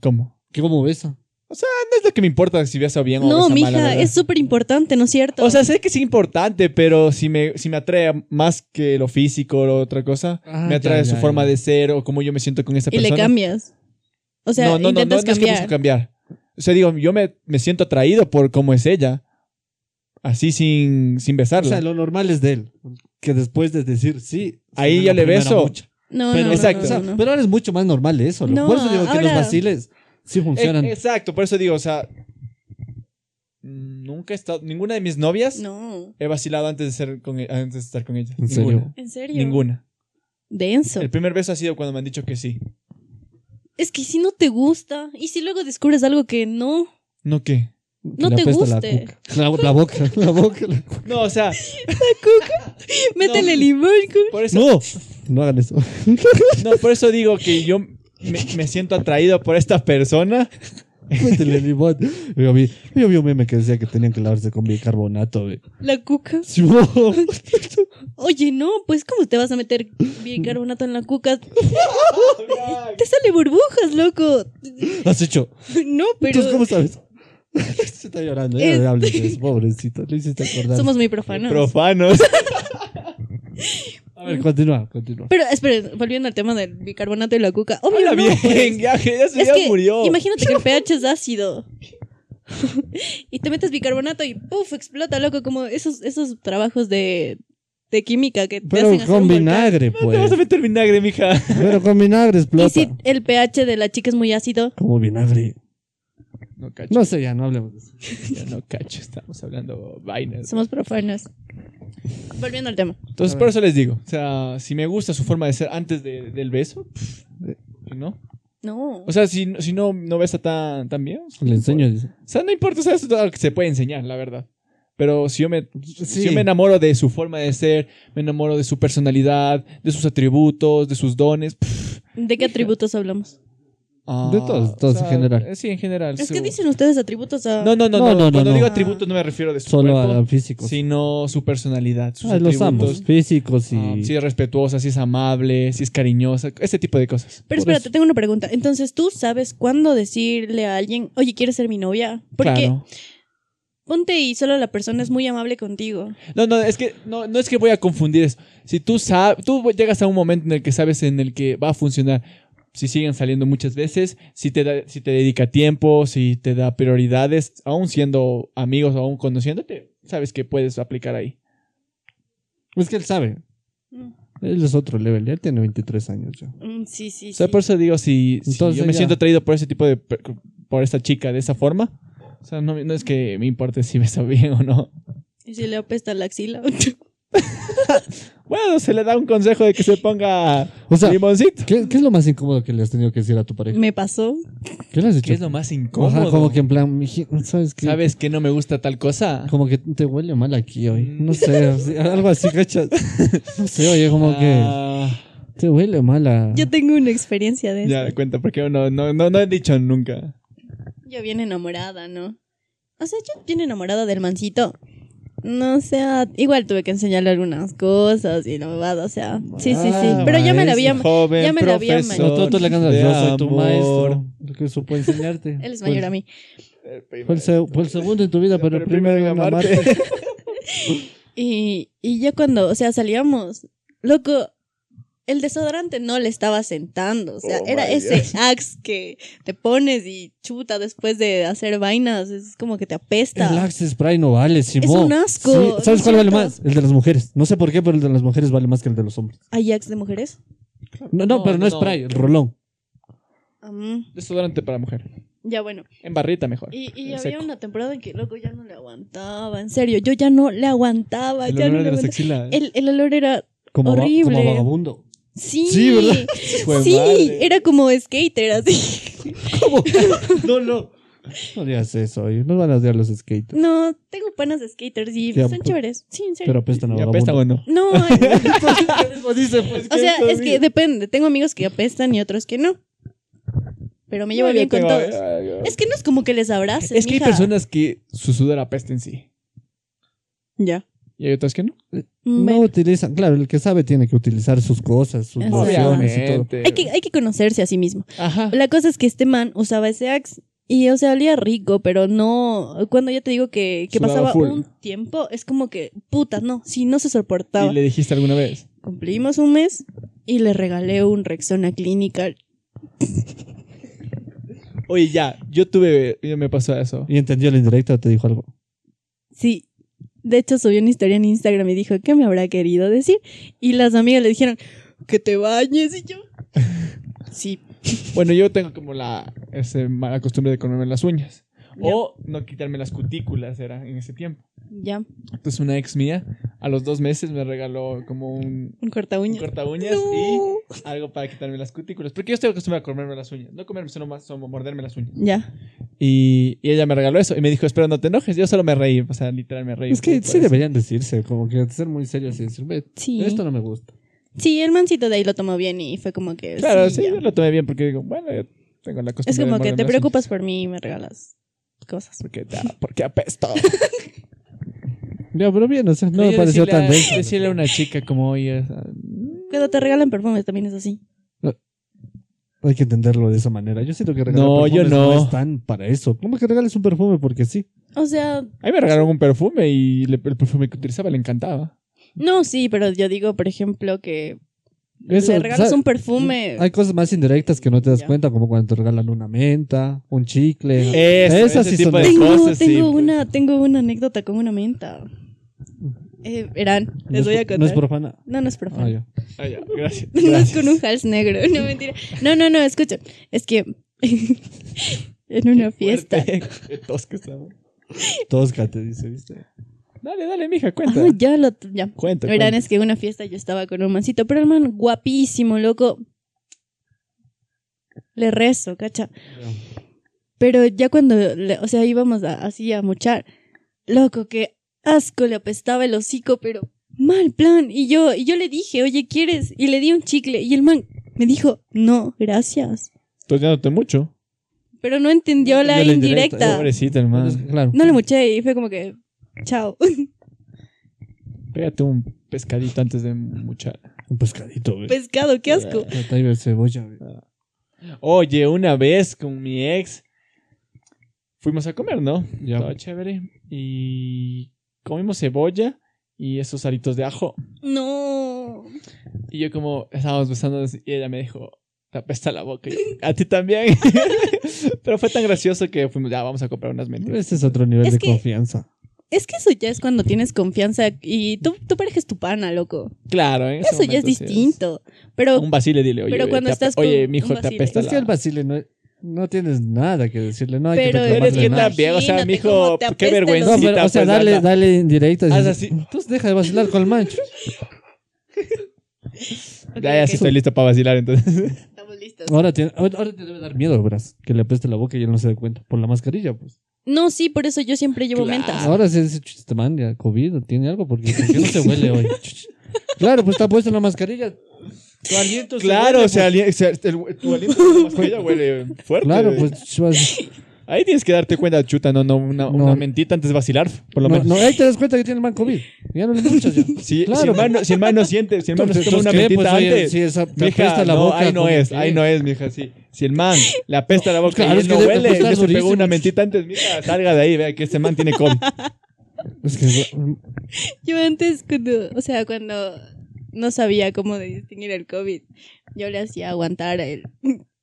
¿Cómo? ¿qué como besa? No es lo que me importa si besa bien o No, besa mal, la mija, verdad. es súper importante, ¿no es cierto? O sea, sé que es importante, pero si me, si me atrae más que lo físico o otra cosa, Ah, me ya, atrae su ya, forma ya. de ser o cómo yo me siento con esa y persona. le cambias. O sea, no, no, no, no, intentas no es que busco cambiar. cambiar. O sea, digo, yo me, me siento atraído por cómo es ella. Así sin, sin O besarla. sea, lo normal es de él. Que después de decir sí. Ahí se da la ya le primera beso. mucha. No, pero, no, no, exacto. o sea, no, no. pero ahora es mucho más normal eso. ¿no? No, Por eso digo que los ahora- vaciles sí Eh, funcionan. exacto, por eso digo, o sea, mm, nunca he estado, ninguna de mis novias No. he vacilado antes de, ser con, e- antes de estar con ella. ¿En ninguna, serio? ¿En serio? Ninguna. Denso. El primer beso ha sido cuando me han dicho que sí. Es que si no te gusta y si luego descubres algo que no. ¿No qué? Que no le te apesta la guste. cuca. La, la boca, la boca. la cuca. No, o sea, Métele limón. cu- por eso No, no hagan eso. No, por eso digo que yo me, me siento atraído por esta persona. Métele limón. Yo vi, yo vi un meme que decía que tenían que lavarse con bicarbonato. güey. La cuca. Sí, bo. Oye, no, pues ¿cómo te vas a meter bicarbonato en la cuca? Te sale burbujas, loco. Has hecho. No, pero Entonces, ¿cómo sabes? Se está llorando. Ya Es- no hables de eso, pobrecito. Le hiciste acordar. somos muy profanos. Profanos. A ver, continúa, continúa. Pero esperen, volviendo al tema del bicarbonato y la cuca. Obvio, Habla no, bien, pues. ya, ya se Es ya que murió. imagínate que el pH es ácido. y te metes bicarbonato y puff, explota, loco, como esos, esos trabajos de, de química que te hacen Pero hacer un con volcán. vinagre, No te vas pues. a meter vinagre, mija. Pero con vinagre explota. Y si el pH de la chica es muy ácido, Como vinagre. No cacho, No sé, ya no hablemos de eso. ya no cacho. Estamos hablando vainas. somos profanos. Volviendo al tema. Entonces, por eso les digo. O sea, si me gusta su forma de ser antes de- del beso, pff, ¿no? No. O sea, si, si no, no besa tan, tan bien. Le enseño, dice. O sea, no importa, o sea, eso es algo que se puede enseñar, la verdad. Pero si yo, me, si Sí. yo me enamoro de su forma de ser, me enamoro de su personalidad, de sus atributos, de sus dones. pff, ¿De qué atributos hablamos? ah, De todos, todos en general. eh, Sí, en general. Es que su- dicen ustedes atributos a... No, no, no, No, no, no. no, Cuando no. digo atributos no me refiero de su Solo cuerpo, a físicos. sino su personalidad, sus Ah, los amos. atributos. Físicos y. Ah, si es respetuosa, si es amable, si es cariñosa, ese tipo de cosas. Pero Por espérate, eso. tengo una pregunta. Entonces, ¿tú sabes cuándo decirle a alguien, oye, ¿quieres ser mi novia? Porque Claro. ponte y solo la persona es muy amable contigo. No, no, es que no, no es que voy a confundir eso. Si tú sabes, tú llegas a un momento en el que sabes en el que va a funcionar. Si siguen saliendo muchas veces, si te, da- si te dedica tiempo, si te da prioridades, aún siendo amigos, aún conociéndote, sabes que puedes aplicar ahí. Es que él sabe. Él es otro level. Él tiene 23 años ya. Mm, sí, sí, O sea, sí. por eso digo, si, si Entonces yo me ya. siento atraído por ese tipo de... per- por esta chica de esa forma, o sea, no, no es que me importe si besa bien o no. Y si le apesta la axila. Bueno, se le da un consejo de que se ponga O sea, limoncito. ¿Qué, qué es lo más incómodo que le has tenido que decir a tu pareja? Me pasó. ¿Qué le has dicho? ¿Qué es lo más Ajá, incómodo? como que en plan, "Miji, ¿sabes qué? ¿Sabes que no me gusta tal cosa? Como que te huele mal aquí hoy. Mm. No sé, así- algo así, cachas. No sé, oye, como que Ah, te huele mal a. Yo tengo una experiencia de eso. ya, cuenta, porque no, no, no, no he dicho nunca. Yo bien enamorada, ¿no? O sea, yo bien enamorada del mancito. No, o sea, igual tuve que enseñarle algunas cosas y no va, o sea, sí, sí, sí. Ah, Pero ya me la había... Es joven, ya me la había profesor No, tú, tú le cantas, de yo soy tu amor". maestro. Lo que supo enseñarte. Él es Pues mayor a mí. El primero. Fue el, se- fue el segundo en tu vida, pero, el primero en amarte. Y, y ya cuando, o sea, salíamos, loco, el desodorante no le estaba sentando. O sea, Oh, era my ese God. axe que te pones y chuta después de hacer vainas. Es como que te apesta. El Axe Spray no vale, Simón. un asco, Sí, ¿no ¿Sabes es cuál vale cierto? más? El de las mujeres. No sé por qué, pero el de las mujeres vale más que el de los hombres. ¿Hay axe de mujeres? No, no, No, pero no, no, es spray, el rolón. Mm, Desodorante para mujer. Ya bueno. En barrita mejor. Y, y En había seco. una temporada en que loco ya no le aguantaba, en serio, yo ya no le aguantaba, El ya olor no le de las aguantaba. axilas. El, el olor era como, va- horrible. como vagabundo. sí, Sí, ¿verdad? Fue sí, madre. era como skater así. No, no. No digas eso, oye, nos van a odiar los skaters. No, tengo panas de skaters y Ya, son pues. chéveres. Sí, en serio. Pero apestan a ¿Y apesta vagabundo. o pues, no? No, ay, o sea, Skater, es que sí. depende, tengo amigos que apestan y otros que no. Pero me llevo No, yo bien con tengo- todos. ay, ay. Es que no es como que les abraces, Es que hay mija. personas que su sudor apesta en sí. Ya. Y hay otras que no. No Bueno, utilizan, claro, el que sabe tiene que utilizar sus cosas, sus Exacto. nociones y todo. hay que, hay que conocerse a sí mismo. Ajá. La cosa es que este man usaba ese axe y, o sea, olía rico, pero no. Cuando ya te digo que, que Sudaba pasaba full. un tiempo, es como que, puta, no, si no se soportaba. ¿Y le dijiste alguna vez? Cumplimos un mes y le regalé un Rexona Clinical. Oye, ya, yo tuve, yo me pasó eso. ¿Y entendió la indirecta o te dijo algo? Sí. De hecho, subió una historia en Instagram y dijo, ¿qué me habrá querido decir? Y las amigas le dijeron, que te bañes. Y yo, sí. Bueno, yo tengo como la ese mala costumbre de comerme las uñas. O no quitarme las cutículas, era en ese tiempo. Ya, Entonces una ex mía a los dos meses me regaló como un, un corta un uñas. corta uñas y algo para quitarme las cutículas. Porque yo estoy acostumbrado a comerme las uñas. No comerme, sino más solo morderme las uñas. Ya. Y, y ella me regaló eso y me dijo, espera, no te enojes. Yo solo me reí, o sea, literal me reí. Es que por sí eso. deberían decirse, como que ser muy serios y decir, ve, Sí. esto no me gusta. Sí, el mancito de ahí lo tomó bien y fue como que. Claro, sí, ya. yo lo tomé bien porque digo, bueno, yo tengo la costumbre Es de como que morderme te las preocupas por mí y me regalas cosas. uñas. Porque, ah, porque apesto. Ya, pero bien, o sea, no me Oye, pareció decirle tan a- denso. Decirle a una chica como, oye, o sea, Cuando te regalan perfumes también es así. Hay que entenderlo de esa manera. Yo siento que regalar No, yo perfumes no. no. están para eso. ¿Cómo que regales un perfume? Porque sí. O sea, a mí me regalaron un perfume y le- el perfume que utilizaba le encantaba. no, sí, pero yo digo, por ejemplo, que Eso, le regalas ¿sabes? un perfume. Hay cosas más indirectas que no te das Ya. cuenta, como cuando te regalan una menta, un chicle. Eso, Esas sí son tengo, cosas, sí, tengo pues. una, tengo una anécdota con una menta. Eh, verán, No les es voy por- a contar. No es profana. no, no es profano. Ah, ya. Ah, ya, gracias. No es gracias. con un hals negro, no mentira. No, no, no, escucha. Es que en una fiesta. Fuerte, qué tosco estaba. Tosca te dice, ¿viste? Dale, dale, mija, cuenta. Ah, ya lo. Ya. Cuenta, La verdad cuenta. es que en una fiesta yo estaba con un mancito, pero el man guapísimo, loco. Le rezo, cacha. Pero ya cuando, le- o sea, íbamos a- así a mochar, loco, que asco le apestaba el hocico, pero mal plan. Y yo, y yo le dije, oye, ¿quieres? Y le di un chicle. Y el man me dijo, no, gracias. Estás dándote mucho. Pero no entendió la Entendió la indirecta, indirecta. Pobrecita, hermano. Entonces, Claro. No le moché y fue como que, chao. Pégate un pescadito antes de mucha. Un pescadito, güey. Pescado, qué asco. Tal vez cebolla, güey. Ah, Oye, una vez con mi ex fuimos a comer, ¿no? Ya. Todo chévere. Y comimos cebolla y esos aritos de ajo. No. Y yo como estábamos besándonos y ella me dijo, te apesta la boca. Y yo, a ti también. Pero fue tan gracioso que fuimos, ya vamos a comprar unas mentiras. Ese Este es otro nivel Es de que- confianza. Es que eso ya es cuando tienes confianza y tú, tu pareja es tu pana, loco. Claro, en ese Eso ya es momento sí distinto. A Pero Un basile dile, oye, Pero cuando te ape- estás con oye un mijo, te Basile. apesta Es que el la Basile no, no tienes nada que decirle, no hay Pero- que Pero es reclamarle que nada. también, o sea, Imagínate mijo, cómo te apesta qué el vergüenza. No, pero, o sea, dale, dale indirectas. y Haz dices, así. Entonces deja de vacilar con el mancho. Ok, Ya, ya ok, sí estoy listo para vacilar, entonces. estamos listos. Ahora, tiene- ahora ahora te debe dar miedo, verás, que le apeste la boca y él no se dé cuenta. Por la mascarilla, pues. No, sí, por eso yo siempre llevo Claro. mentas. Ahora se dice, "Chuch, este man ya COVID o tiene algo, porque ¿por qué no se huele hoy? Chuch. claro, pues está puesto la mascarilla. Tu aliento se claro, huele, o sea, pues. ali- o sea, el- tu aliento de la mascarilla huele fuerte. Claro, pues chuch, vas- Ahí tienes que darte cuenta, chuta, no, no, una, No. una mentita antes de vacilar, por lo no, menos. no, ahí te das cuenta que tiene el man COVID. Ya no le escuchas ya. Si, Claro. si, el man, no- si el man no siente, si el man no se toma una ¿qué? mentita Pues, oye, antes, si esa- te mija, apesta la no, boca, ahí no ¿cómo es, que? ahí no es, mija, sí. Si el man le apesta la boca Claro, y él es que no debe huele, apestar yo se pegó durísimo. una mentita antes, mija, salga de ahí, vea que este man tiene COVID. Es que, Yo antes, cuando, o sea, cuando no sabía cómo de distinguir el COVID, yo le hacía aguantar el,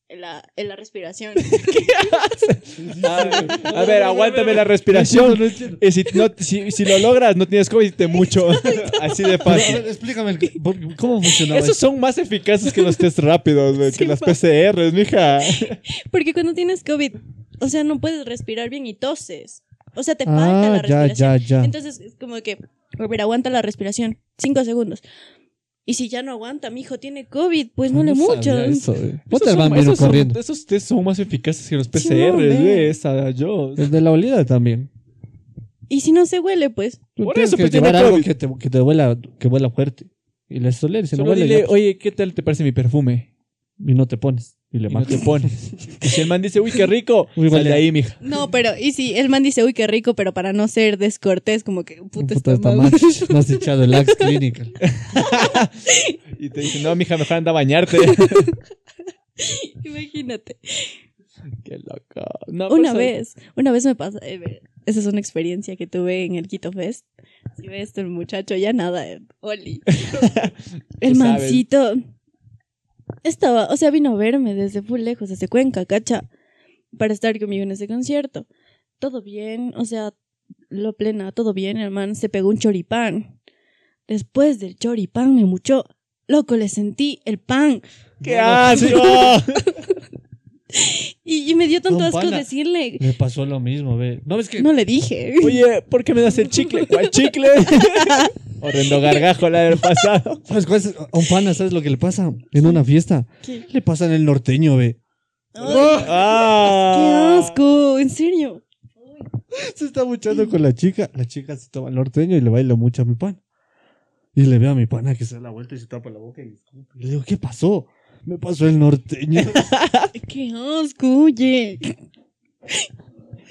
la, la respiración. A ver, a ver, aguántame la respiración. Y si, no, si, si lo logras, no tienes COVID, te mucho. Así de Pero, a fácil. ver, explícame el- por- cómo funcionaba Esos son más eficaces que los test rápidos, güey, Sí, que las va. PCRs, mija. Porque cuando tienes COVID, o sea, no puedes respirar bien y toses. O sea, te Ah, falta la Ah, ya, respiración. ya, ya. Entonces es como que, a ver, aguanta la respiración, cinco segundos. Y si ya no aguanta, mi hijo tiene COVID, pues no, le mucho. Ah, sabía eso, eh. Ponte el Esos son- bambino esos son- corriendo. Esos test son más eficaces que los Sí, PCRs, no, de ve. esa, yo. El de la olida también. Y si no se huele, pues. Tú Por tienes eso, que pues, tiene llevar algo COVID. que te, que te vuela, que vuela fuerte. Y le soler, si no Solo huele, dile, ya, pues, oye, ¿qué tal te parece mi perfume? y no te pones. Y le Y no matas. te pones. Y si el man dice, uy, qué rico, Uy, sal vale. de ahí, mija. No, pero, y si el man dice, uy, qué rico, pero para no ser descortés, como que, Puta, puta, está está mal. mal. No has echado el Axe Clinical. Y te dice, no, mija, mejor anda a bañarte. Imagínate. qué loco. No, Una pues, vez, una vez me pasa, eh, ver, esa es una experiencia que tuve en el Quito Fest. Si ves el muchacho, ya nada, eh, Oli. el Tú sabes. mancito estaba, o sea, vino a verme desde muy lejos, desde Cuenca, cacha, para estar conmigo en ese concierto. Todo bien, o sea, lo plena, todo bien, el man se pegó un choripán. Después del choripán me mucho. Loco, le sentí el pan. ¡Qué asco! Y, y me dio tanto No, asco pana. decirle. Me pasó lo mismo, ve. No ves que. No le dije. Oye, ¿por qué me das el chicle? ¿Cuál chicle? Horrendo gargajo la del pasado. ¿Sabes cuál es? A un pana, ¿sabes lo que le pasa? En una fiesta. ¿Qué? Le pasa en el norteño, ve. ¡Ah! ¡Qué asco! ¿En serio? Se está buchando con la chica. La chica se toma el norteño y le baila mucho a mi pana. Y le veo a mi pana que se da la vuelta y se tapa la boca y escupe. Y le digo, ¿qué pasó? Me pasó el norteño. ¡Qué asco! Oye.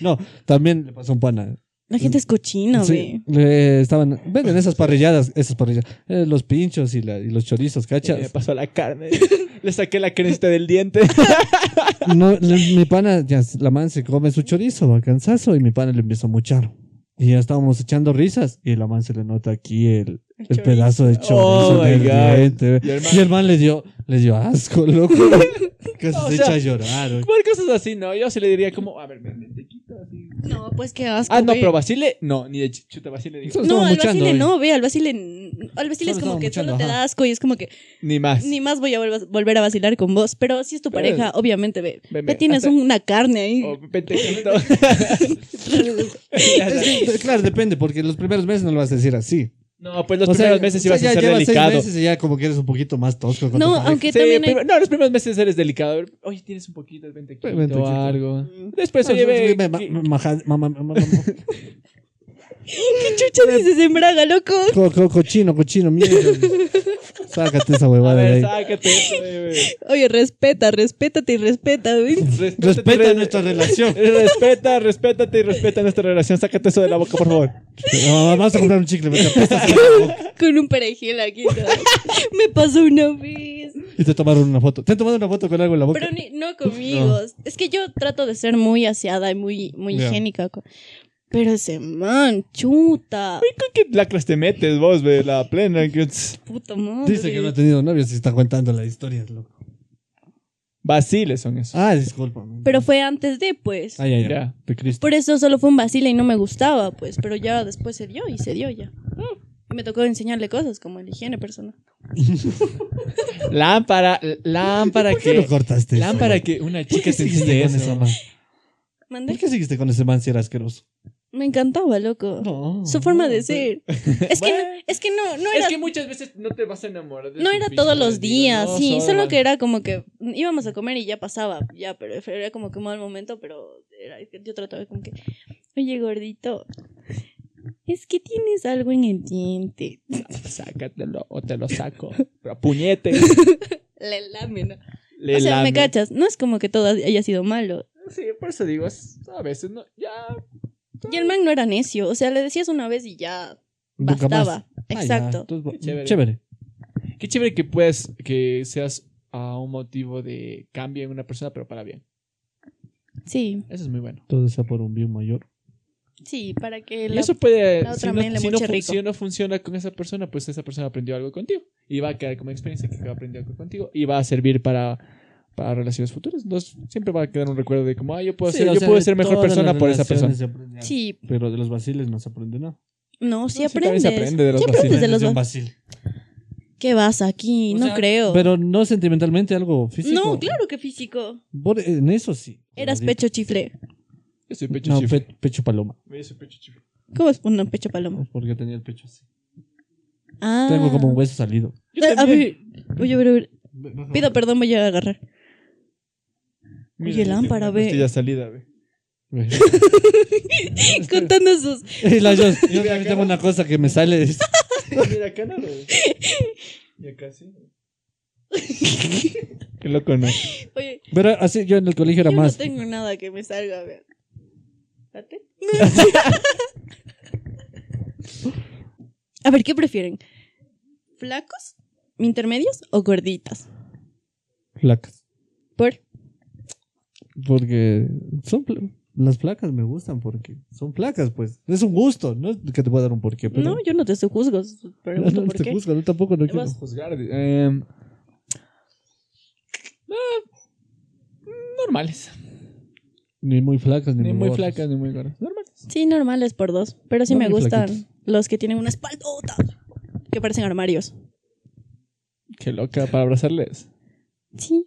No, también le pasó a un pana. La gente es cochina, Sí, ve. le estaban, venden esas parrilladas, esas parrilladas, eh, los pinchos y, la- y los chorizos, Eh, Me ¿cachas? pasó la carne. Le saqué la cresta del diente. No, le- mi pana, ya, la man se come su chorizo, va cansazo, y mi pana le empieza a muchar. Y ya estábamos echando risas, y la man se le nota aquí el, el chorizo. pedazo de chorizo. Oh, en el my God. diente, ve. Y el man- Y el man le dio, le dio asco, loco. Casi O se sea- echa a llorar. güey. Por cosas así, no. Yo sí le diría como, a ver, me, me- te quito así. No, pues qué asco. Ah, no, ve. pero Basile, no, ni de ch- chuta Basile digo, Solo No, estaba al muchando, güey. Basile no, ve. Al Basile, al Basile es Solo como estaba que solo muchando, te ajá. da asco y es como que ni más. ni más voy a vol- volver a vacilar con vos. Pero si es tu Eh, Pero- pareja, obviamente, ve. Ve, ve, Ya tienes hasta- una carne ahí. Oh, O pentecito. Es que, de- claro, depende, porque los primeros meses no lo vas a decir así. no, pues los O sea, primeros meses o sea, ibas a ya ser llevas seis delicado. meses y ya como que eres un poquito más tosco. con tu No, pareja. aunque Sí, también hay- prim- No, los primeros meses eres delicado. Oye, tienes un poquito de Ve, pentequito pentequito. o algo. Después, oye, ve, Ve, ma- que- ma- maja- ma- ma- ma- ma- ma- ¿Qué chucha dices en Braga, loco? Co- co- cochino, cochino, mierda. Sácate esa A huevada ver, de ahí. sácate. eso, bebé. Oye, respeta, respétate y respeta, ve. Respétate, Respeta re- nuestra relación. Respeta, respétate y respeta nuestra relación. Sácate eso de la boca, por favor. No, Vamos a comprar un chicle, me te apestas. Con un perejil aquí. todo. Me pasó una vez. Y te tomaron una foto. Te han tomado una foto con algo en la boca. Pero ni- no conmigo. Es que yo trato de ser muy aseada y muy, muy Ya. higiénica. co- Pero ese man, chuta. ¿Con qué lacras te metes vos, ve? La plena. que- tss, Puta madre. Dice que no ha tenido novios y está contando la historia, loco. Vaciles son esos. Ah, disculpa. Pero fue antes de, pues. Ay, ay, ay. Ya. De Cristo. Por eso solo fue un vacile y no me gustaba, pues. Pero ya después se dio y se dio ya. Mm. Y me tocó enseñarle cosas como la higiene personal. Lámpara, lámpara Ah. ¿Por qué lo que. cortaste? eso, Lámpara man? que una ¿Por chica qué te seguiste enseñe con esa eso. man? ¿Por ¿Mandé? qué seguiste con ese man si era asqueroso? Me encantaba, loco. No. Su forma de ser. Es que, Bueno. no, es que no, no Es era que muchas veces no te vas a enamorar. de No su era físico, todos los digo, días, no, sí, solo las- que era como que íbamos a comer y ya pasaba, ya, pero era como que un mal momento, pero era, yo trataba como que, oye gordito, es que tienes algo en el diente, Sácatelo o te lo saco. Pero a puñete. le lame, ¿no? Le o sea, lame. me cachas, no es como que todo haya sido malo. Sí, por eso digo, es- a veces no. Ya. Y el man no era necio, o sea, le decías una vez y ya Nunca más. bastaba, Ah, ya, exacto. entonces, Chévere. Chévere. Qué chévere que puedas, que seas a un motivo de cambio en una persona, pero para bien. Sí, Eso es muy bueno. Todo sea por un bien mayor. sí, para que Y la... eso puede. la Si otra no, man le si no moche fun- rico. si no funciona con esa persona, pues esa persona aprendió algo contigo. Y va a quedar como experiencia que aprendió algo contigo. Y va a servir para, para relaciones futuras. Entonces, siempre va a quedar un recuerdo de como, ah, yo puedo, Sí, ser, o yo sea, puedo de ser mejor todas las persona por esa persona. relaciones se aprende algo. Sí, Pero de los vaciles no se aprende nada. no, sí No, sí, también aprendes. se aprende de los Sí aprendes Pues de Desde los... un va- vacile. ¿Qué vas aquí? O no sea, creo. Pero no sentimentalmente, algo físico. No, claro que físico. Por- en eso sí. Eras Así. pecho chifle. Yo soy pecho No, chifre. pe- pecho paloma. Yo soy pecho chifre. ¿Cómo es una pecho paloma? Porque tenía el pecho así. Ah. Tengo como un hueso salido. Yo Eh, a también. ver, oye, a ver, a ver. Pido perdón, voy a agarrar. Mira, Oye, yo tengo lámpara, una ve. pastilla salida, ve. y Contando sus. la yo, yo también tengo una cosa que me sale. es- Mira, acá no, ve. Y acá sí. Qué loco, ¿no? Oye, Pero así yo en el colegio era yo no más. tengo nada que me salga, a ver. Date. a ver, ¿qué prefieren? ¿Flacos, intermedios o gorditas? Flacas. Por. Porque son pla- las placas me gustan porque son placas, pues. Es un gusto, no es que te pueda dar un porqué, pero No, yo no te juzgo. Pero no, no, ¿por te qué? juzgo, no, tampoco no No quiero. vas a juzgar. eh, ah, normales. Ni muy flacas, ni, Ni muy gordas. flacas, ni muy gordas. Normales. Sí, normales por dos. Pero sí No, me muy gustan flaquitos. los que tienen una espaldota. Que parecen armarios. Qué loca para abrazarles. Sí.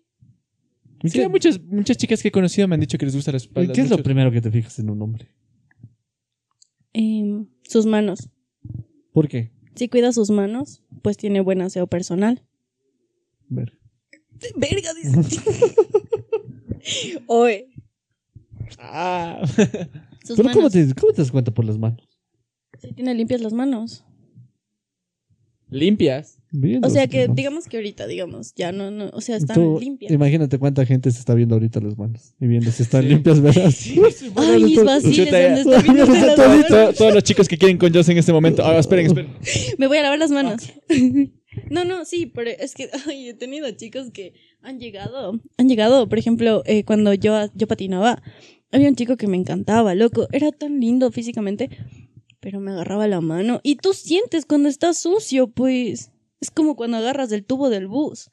¿Y Sí, qué- hay muchas, muchas chicas que he conocido me han dicho que les gusta la espalda. ¿Qué es lo primero que te fijas en un hombre? Em, sus manos. ¿Por qué? Si cuida sus manos, pues tiene buen aseo personal. Ver. Verga, dice. Oye, Ah. sus Pero manos. ¿cómo te, ¿cómo te das cuenta por las manos? Si tiene limpias las manos. Limpias. Viendo O sea sus que, manos. digamos que ahorita, digamos, ya no, no o sea, están Tú em, limpias. Imagínate cuánta gente se está viendo ahorita las manos y viendo si están Sí. limpias, ¿verdad? Ay, mis vaciles, Chuta, ¿dónde está ya viéndose está las todito. manos? To- todos los chicos que quieren con Joss en este momento. Ah, esperen, esperen. Me voy a lavar las manos. No, no, sí, pero es que ay, he tenido chicos que han llegado, han llegado, por ejemplo, eh, cuando yo, yo patinaba, había un chico que me encantaba, loco, era tan lindo físicamente, pero me agarraba la mano y tú sientes cuando está sucio, pues, es como cuando agarras del tubo del bus.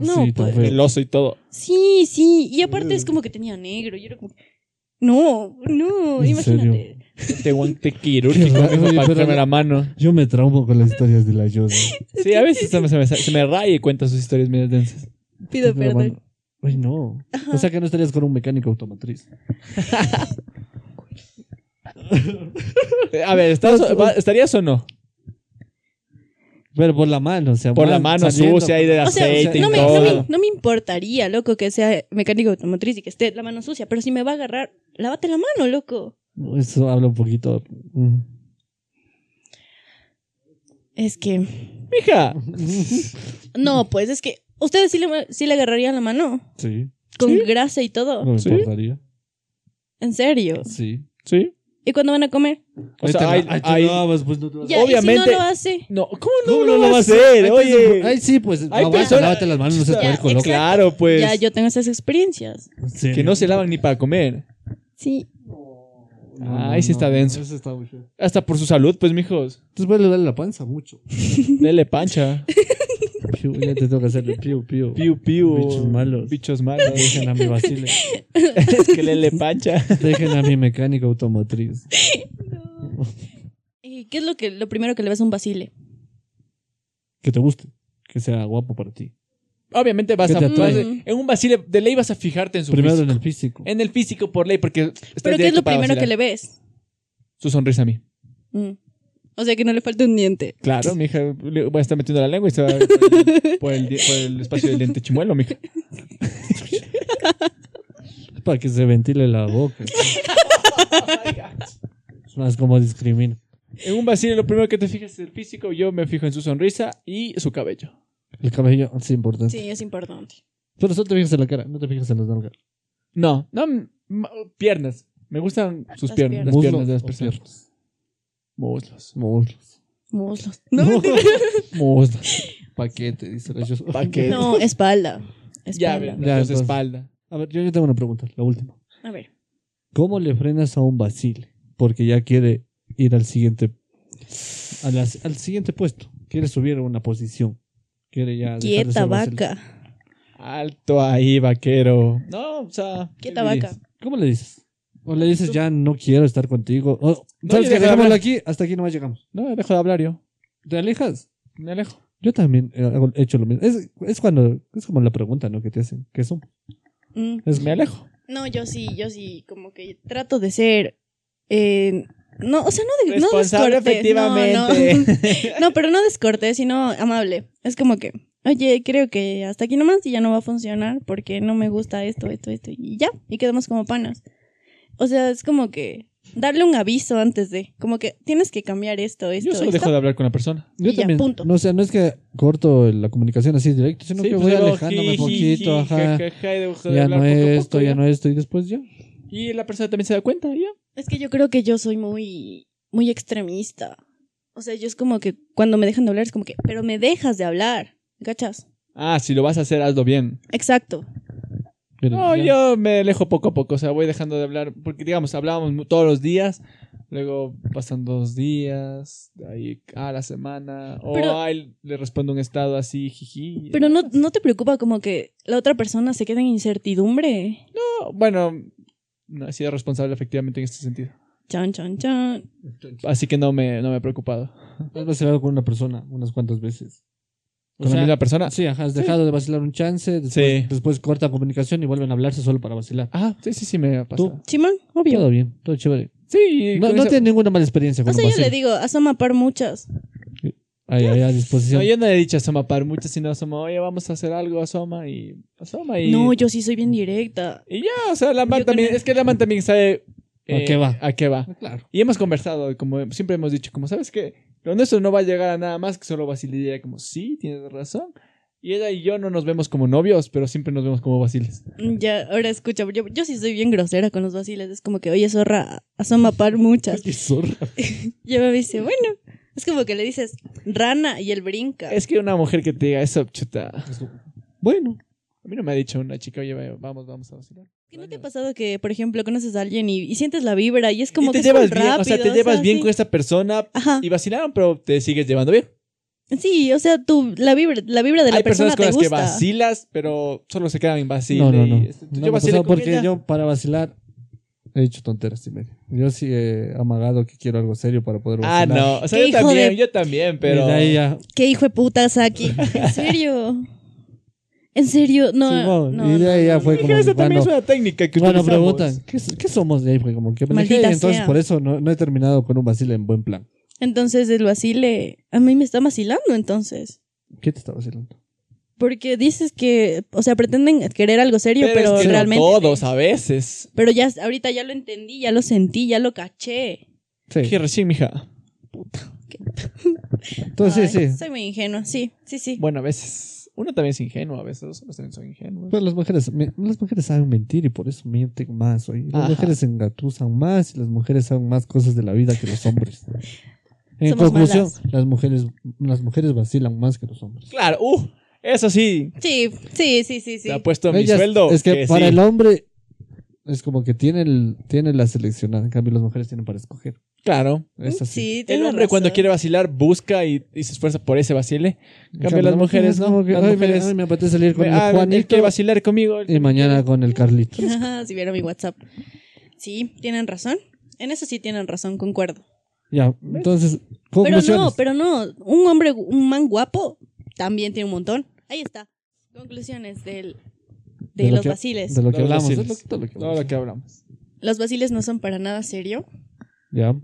No, Sí, tan pues. feo. El oso y todo. Sí, sí, y aparte es como que tenía negro, yo era como, que, no, no, ¿En imagínate. Este guante quirúrgico Qué raro, para pero- hacerme la mano. Yo me traumo con las historias de la Yoda. Sí, a veces se me, se me, se me raya y cuenta sus historias medias densas. Pido perdón. Ay, no. O Ah. sea que no estarías con un mecánico automotriz. Eh, A ver, ¿estás- va- ¿estarías o no? Pero por la mano, o sea, Por mal la mano saliendo. sucia y de O sea, aceite no y me, no, todo. me, no me importaría, loco, que sea mecánico automotriz y que esté la mano sucia, pero si me va a agarrar, lávate la mano, loco. Eso habla un poquito. mm. Es que. Mija, No, pues es que. ¿Ustedes sí le, sí le agarrarían la mano? Sí. Con Sí. grasa y todo. No me ¿Sí? importaría. En serio. Sí. sí. ¿Y cuando van a comer? O sea, Ahí hay, te- ahí te hay- lavas, pues, no te vas a- Ya, ¿Y si Obviamente- no lo hace. No, ¿cómo no, ¿Cómo lo, lo va a vas a hacer? Ahí te- Oye. Ay, sí, pues. Hay aguanta, personas- Lávate las manos, no seas Ya, puerco, loco. Claro, pues. Ya, yo tengo esas experiencias. Sí. Que no se lavan ni para comer. Sí. No, Ay, no, sí está no, denso. Eso está muy feo. Hasta por su salud, pues, mijos. Entonces, bueno, le duele la panza mucho. Dele pancha. Piu, ya te tengo que hacerle piu, piu. Piu, piu. Bichos malos. Bichos malos. Dejen a mi Basile. es que lele pancha. Dejen a mi mecánico automotriz. ¿Y qué es lo, que, lo primero que le ves a un basile? Pues, Que te guste. Que sea guapo para ti. Obviamente vas ¿Qué a... te vas atrae? a- en un vacile de ley vas a fijarte en su Primero en físico. el físico. En el físico por ley, porque... estás ¿Pero qué es directo lo para primero que vacilar. le ves? Su sonrisa a mí. Mm. O sea, que no le falta un diente. Claro, mi hija le va a estar metiendo la lengua y se va por el, por el di- por el espacio del diente chimuelo, mija. Para que se ventile la boca. Es más como discrimina. En un vacile lo primero que te fijas es el físico. Yo me fijo en su sonrisa y su cabello. El cabello es importante. Sí, es importante. Pero solo te fijas en la cara, no te fijas en las nalgas. No, no, m- m- piernas. Me gustan sus piernas, Las piernas. las Muslos piernas de las o personas. piernas. Muslos. Muslos. Muslos. Muslos. Paquete, dice la Yos- Paquete. No, espalda. Ya, Espalda. ven, Ya, entonces entonces. espalda. A ver, yo, yo tengo una pregunta, la última. A ver. ¿Cómo le frenas a un Basile? Porque ya quiere ir al siguiente a la- al siguiente puesto. Quiere subir a una posición. Quiere ya dejar de Quieta ser Basile. vaca. Alto ahí, vaquero. No, o sea. ¿qué Quieta dirías? vaca. ¿Cómo le dices? O le dices, ya no quiero estar contigo. O, ¿Sabes No, yo qué? dejo de Dejémoslo hablar. aquí, hasta aquí nomás llegamos. No, dejo de hablar yo. ¿Te alejas? Me alejo. Yo también he hago- he hecho lo mismo. Es, es cuando, es como la pregunta, ¿no? Que te hacen. ¿Qué son? Mm. Es, Me alejo. No, yo sí, yo sí, como que trato de ser. eh, no, o sea, no de. no Responsable, descortés, no, efectivamente. No, no, pero no descortés, sino amable. Es como que, oye, creo que hasta aquí nomás y ya no va a funcionar porque no me gusta esto, esto, esto. Y ya, y quedamos como panas. O sea, es como que darle un aviso antes de. Como que tienes que cambiar esto, esto, Yo solo esto. dejo de hablar con la persona. Yo Y ya, también. punto. No, o sea, no es que corto la comunicación así directo, sino Sí, que pues, voy luego, alejándome ji, poquito, ji, ajá. ja, ja, ja, y dejo de Ya hablar no poco a esto, poco, ya no esto, y después ya. Y la persona también se da cuenta, y ya. Es que yo creo que yo soy muy, muy extremista. O sea, yo es como que cuando me dejan de hablar es como que, pero me dejas de hablar, ¿cachas? Ah, si lo vas a hacer, hazlo bien. Exacto. Pero No, ya. yo me alejo poco a poco, o sea, voy dejando de hablar, porque digamos, hablábamos mu- todos los días, luego pasan dos días, de ahí a la semana, o Pero- ay, le respondo un estado así, jiji. Pero no, no te preocupa como que la otra persona se quede en incertidumbre. No, bueno, no he sido responsable efectivamente en este sentido. Chan, chan, chan. Así que no me, no me he preocupado. Has vacilado con una persona unas cuantas veces. ¿Con O sea, ah, la misma persona? Sí, ajá, has dejado de vacilar un chance, después, Sí. después corta comunicación y vuelven a hablarse solo para vacilar. Ah, sí, sí, sí, me ha pasado. Simón, Ah, obvio. Todo bien, todo chévere. Sí, y No, con no esa- tiene ninguna mala experiencia O con un sea, yo le vacile. digo, asoma par muchas. Ahí, ahí a disposición. No, yo no le he dicho asoma par mucho, sino asoma, oye, vamos a hacer algo, asoma y asoma y... No, yo sí soy bien directa. Y ya, o sea, la man Yo con también, él. es que la man también sabe... eh, ¿A qué va? ¿A qué va? Ah, Claro. Y hemos conversado, y como siempre hemos dicho, como sabes que lo nuestro no va a llegar a nada más que solo Basile. Y ella como, sí, tienes razón. Y ella y yo no nos vemos como novios, pero siempre nos vemos como vaciles. Ya, ahora escucha, yo, yo sí soy bien grosera con los vaciles. Es como que, oye, zorra, asoma par muchas. Qué zorra. Y ella me dice, bueno. Es como que le dices rana y él brinca. Es que una mujer que te diga eso, chuta. Es como, Bueno, A mí no me ha dicho una chica, oye, vaya, vamos, vamos a vacilar. ¿Qué no te ha pasado que, por ejemplo, conoces a alguien y, y sientes la vibra y es como Y te que es llevas full bien, o sea, rápido, te llevas bien sí. con esta persona Ajá. y vacilaron, pero te sigues llevando bien. Sí, o sea, tu, la vibra, la vibra de la Hay persona personas con te las gusta. que vacilas, pero solo se quedan en vacile. no, no, y no. este, esto. No me yo ha vacilé pasado con porque ella. yo para vacilar he dicho tonteras y media. Yo sí he amagado que quiero algo serio para poder Ah, vacilar. no. O sea, Qué yo hijo de- también, yo también, pero... Y de ahí ya- ¿Qué hijo de puta Saki? ¿En serio? ¿En serio? No, Sí, wow. no, Y de no, ahí ya no, fue no. como Esa que también cuando- es una técnica que Bueno, utilizamos. preguntan, ¿qué, qué somos? Y ahí fue como que me Maldita alejé, y entonces sea. por eso no, no he terminado con un vacile en buen plan. Entonces el vacile a mí me está vacilando entonces. ¿Qué te está vacilando? Porque dices que, o sea, pretenden querer algo serio, Pero, pero, es que no realmente... todos a veces. Pero ya, ahorita ya lo entendí, ya lo sentí, ya lo caché. Sí. Que recién, mija. Entonces, Ay, sí, sí. Soy muy ingenua, sí, sí, sí. Bueno, a veces. Uno también es ingenuo, a veces los hombres también son ingenuos. Pues las mujeres, mi- las mujeres saben mentir y por eso mienten más. oye. Las Ajá. mujeres se engatusan más y las mujeres saben más cosas de la vida que los hombres. En Somos conclusión, malas. las mujeres las mujeres vacilan más que los hombres. Claro, uh, eso sí. Sí, sí, sí, sí, sí. Te ha puesto mi Ellas- sueldo. es que, para sí. el hombre es como que tiene, el, tiene la seleccionada, en cambio las mujeres tienen para escoger. Claro. Es así. Sí, El tienes hombre cuando razón. quiere vacilar busca y, y se esfuerza por ese vacile. En cambio, las mujeres, ¿no? Como que, Las "Ay, me- mujeres- ay, me apetece salir con Ah, el él quiere Juanito vacilar conmigo. y mañana con el Carlito. Ajá, si vieron mi WhatsApp. Sí, tienen razón. En eso sí tienen razón, concuerdo. Ya, entonces, Pero no, conclusiones. pero no. Un hombre, gu- un man guapo, también tiene un montón. Ahí está. Conclusiones del, de, De lo los que- vaciles. de lo que Los hablamos. vaciles. es lo que- todo lo que Todo hablamos. lo que hablamos. Los vaciles no son para nada serio. Ya.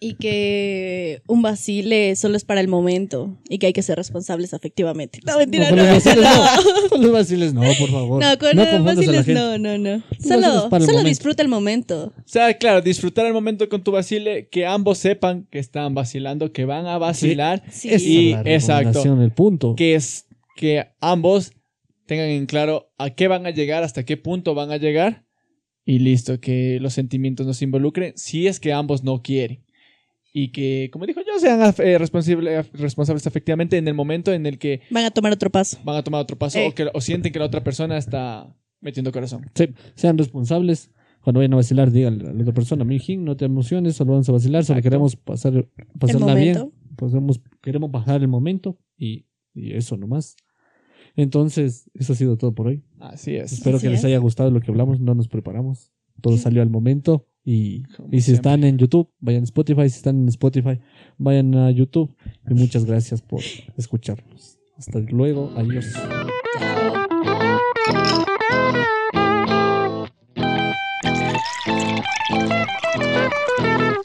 Y que un vacile solo es para el momento. Y que hay que ser responsables afectivamente. No, mentira, No, no. con los vaciles No, no. Con los vaciles no, por favor. No, con los confundas a la vaciles gente. no, no, no. Los vaciles Solo, para el solo momento. disfruta el momento. O sea, claro, disfrutar el momento con tu vacile, que ambos sepan que están vacilando, que van a vacilar. Sí. Esa Y- es la exacto. recomendación, el punto. que es que ambos tengan en claro a qué van a llegar, hasta qué punto van a llegar y listo, que los sentimientos nos involucren si es que ambos no quieren. Y que, como dijo yo, sean af- eh, responsable- af- responsables efectivamente en el momento en el que Van a tomar otro paso. van a tomar otro paso Eh. o, que, o sienten que la otra persona está metiendo corazón. Sí, sean responsables. Cuando vayan a vacilar, díganle a la otra persona, mijín, no te emociones, solo vamos a vacilar, solo Exacto. queremos pasar, pasarla el bien. momento. Pasemos, queremos bajar el momento y, y eso nomás. Entonces, eso ha sido todo por hoy. Así es. Espero Así que les es. haya gustado lo que hablamos, no nos preparamos. Todo salió al momento. Y, Como y si siempre. están en YouTube, vayan a Spotify. Si están en Spotify, vayan a YouTube. Y muchas gracias por escucharnos. Hasta luego. Adiós. Chao. Thank you.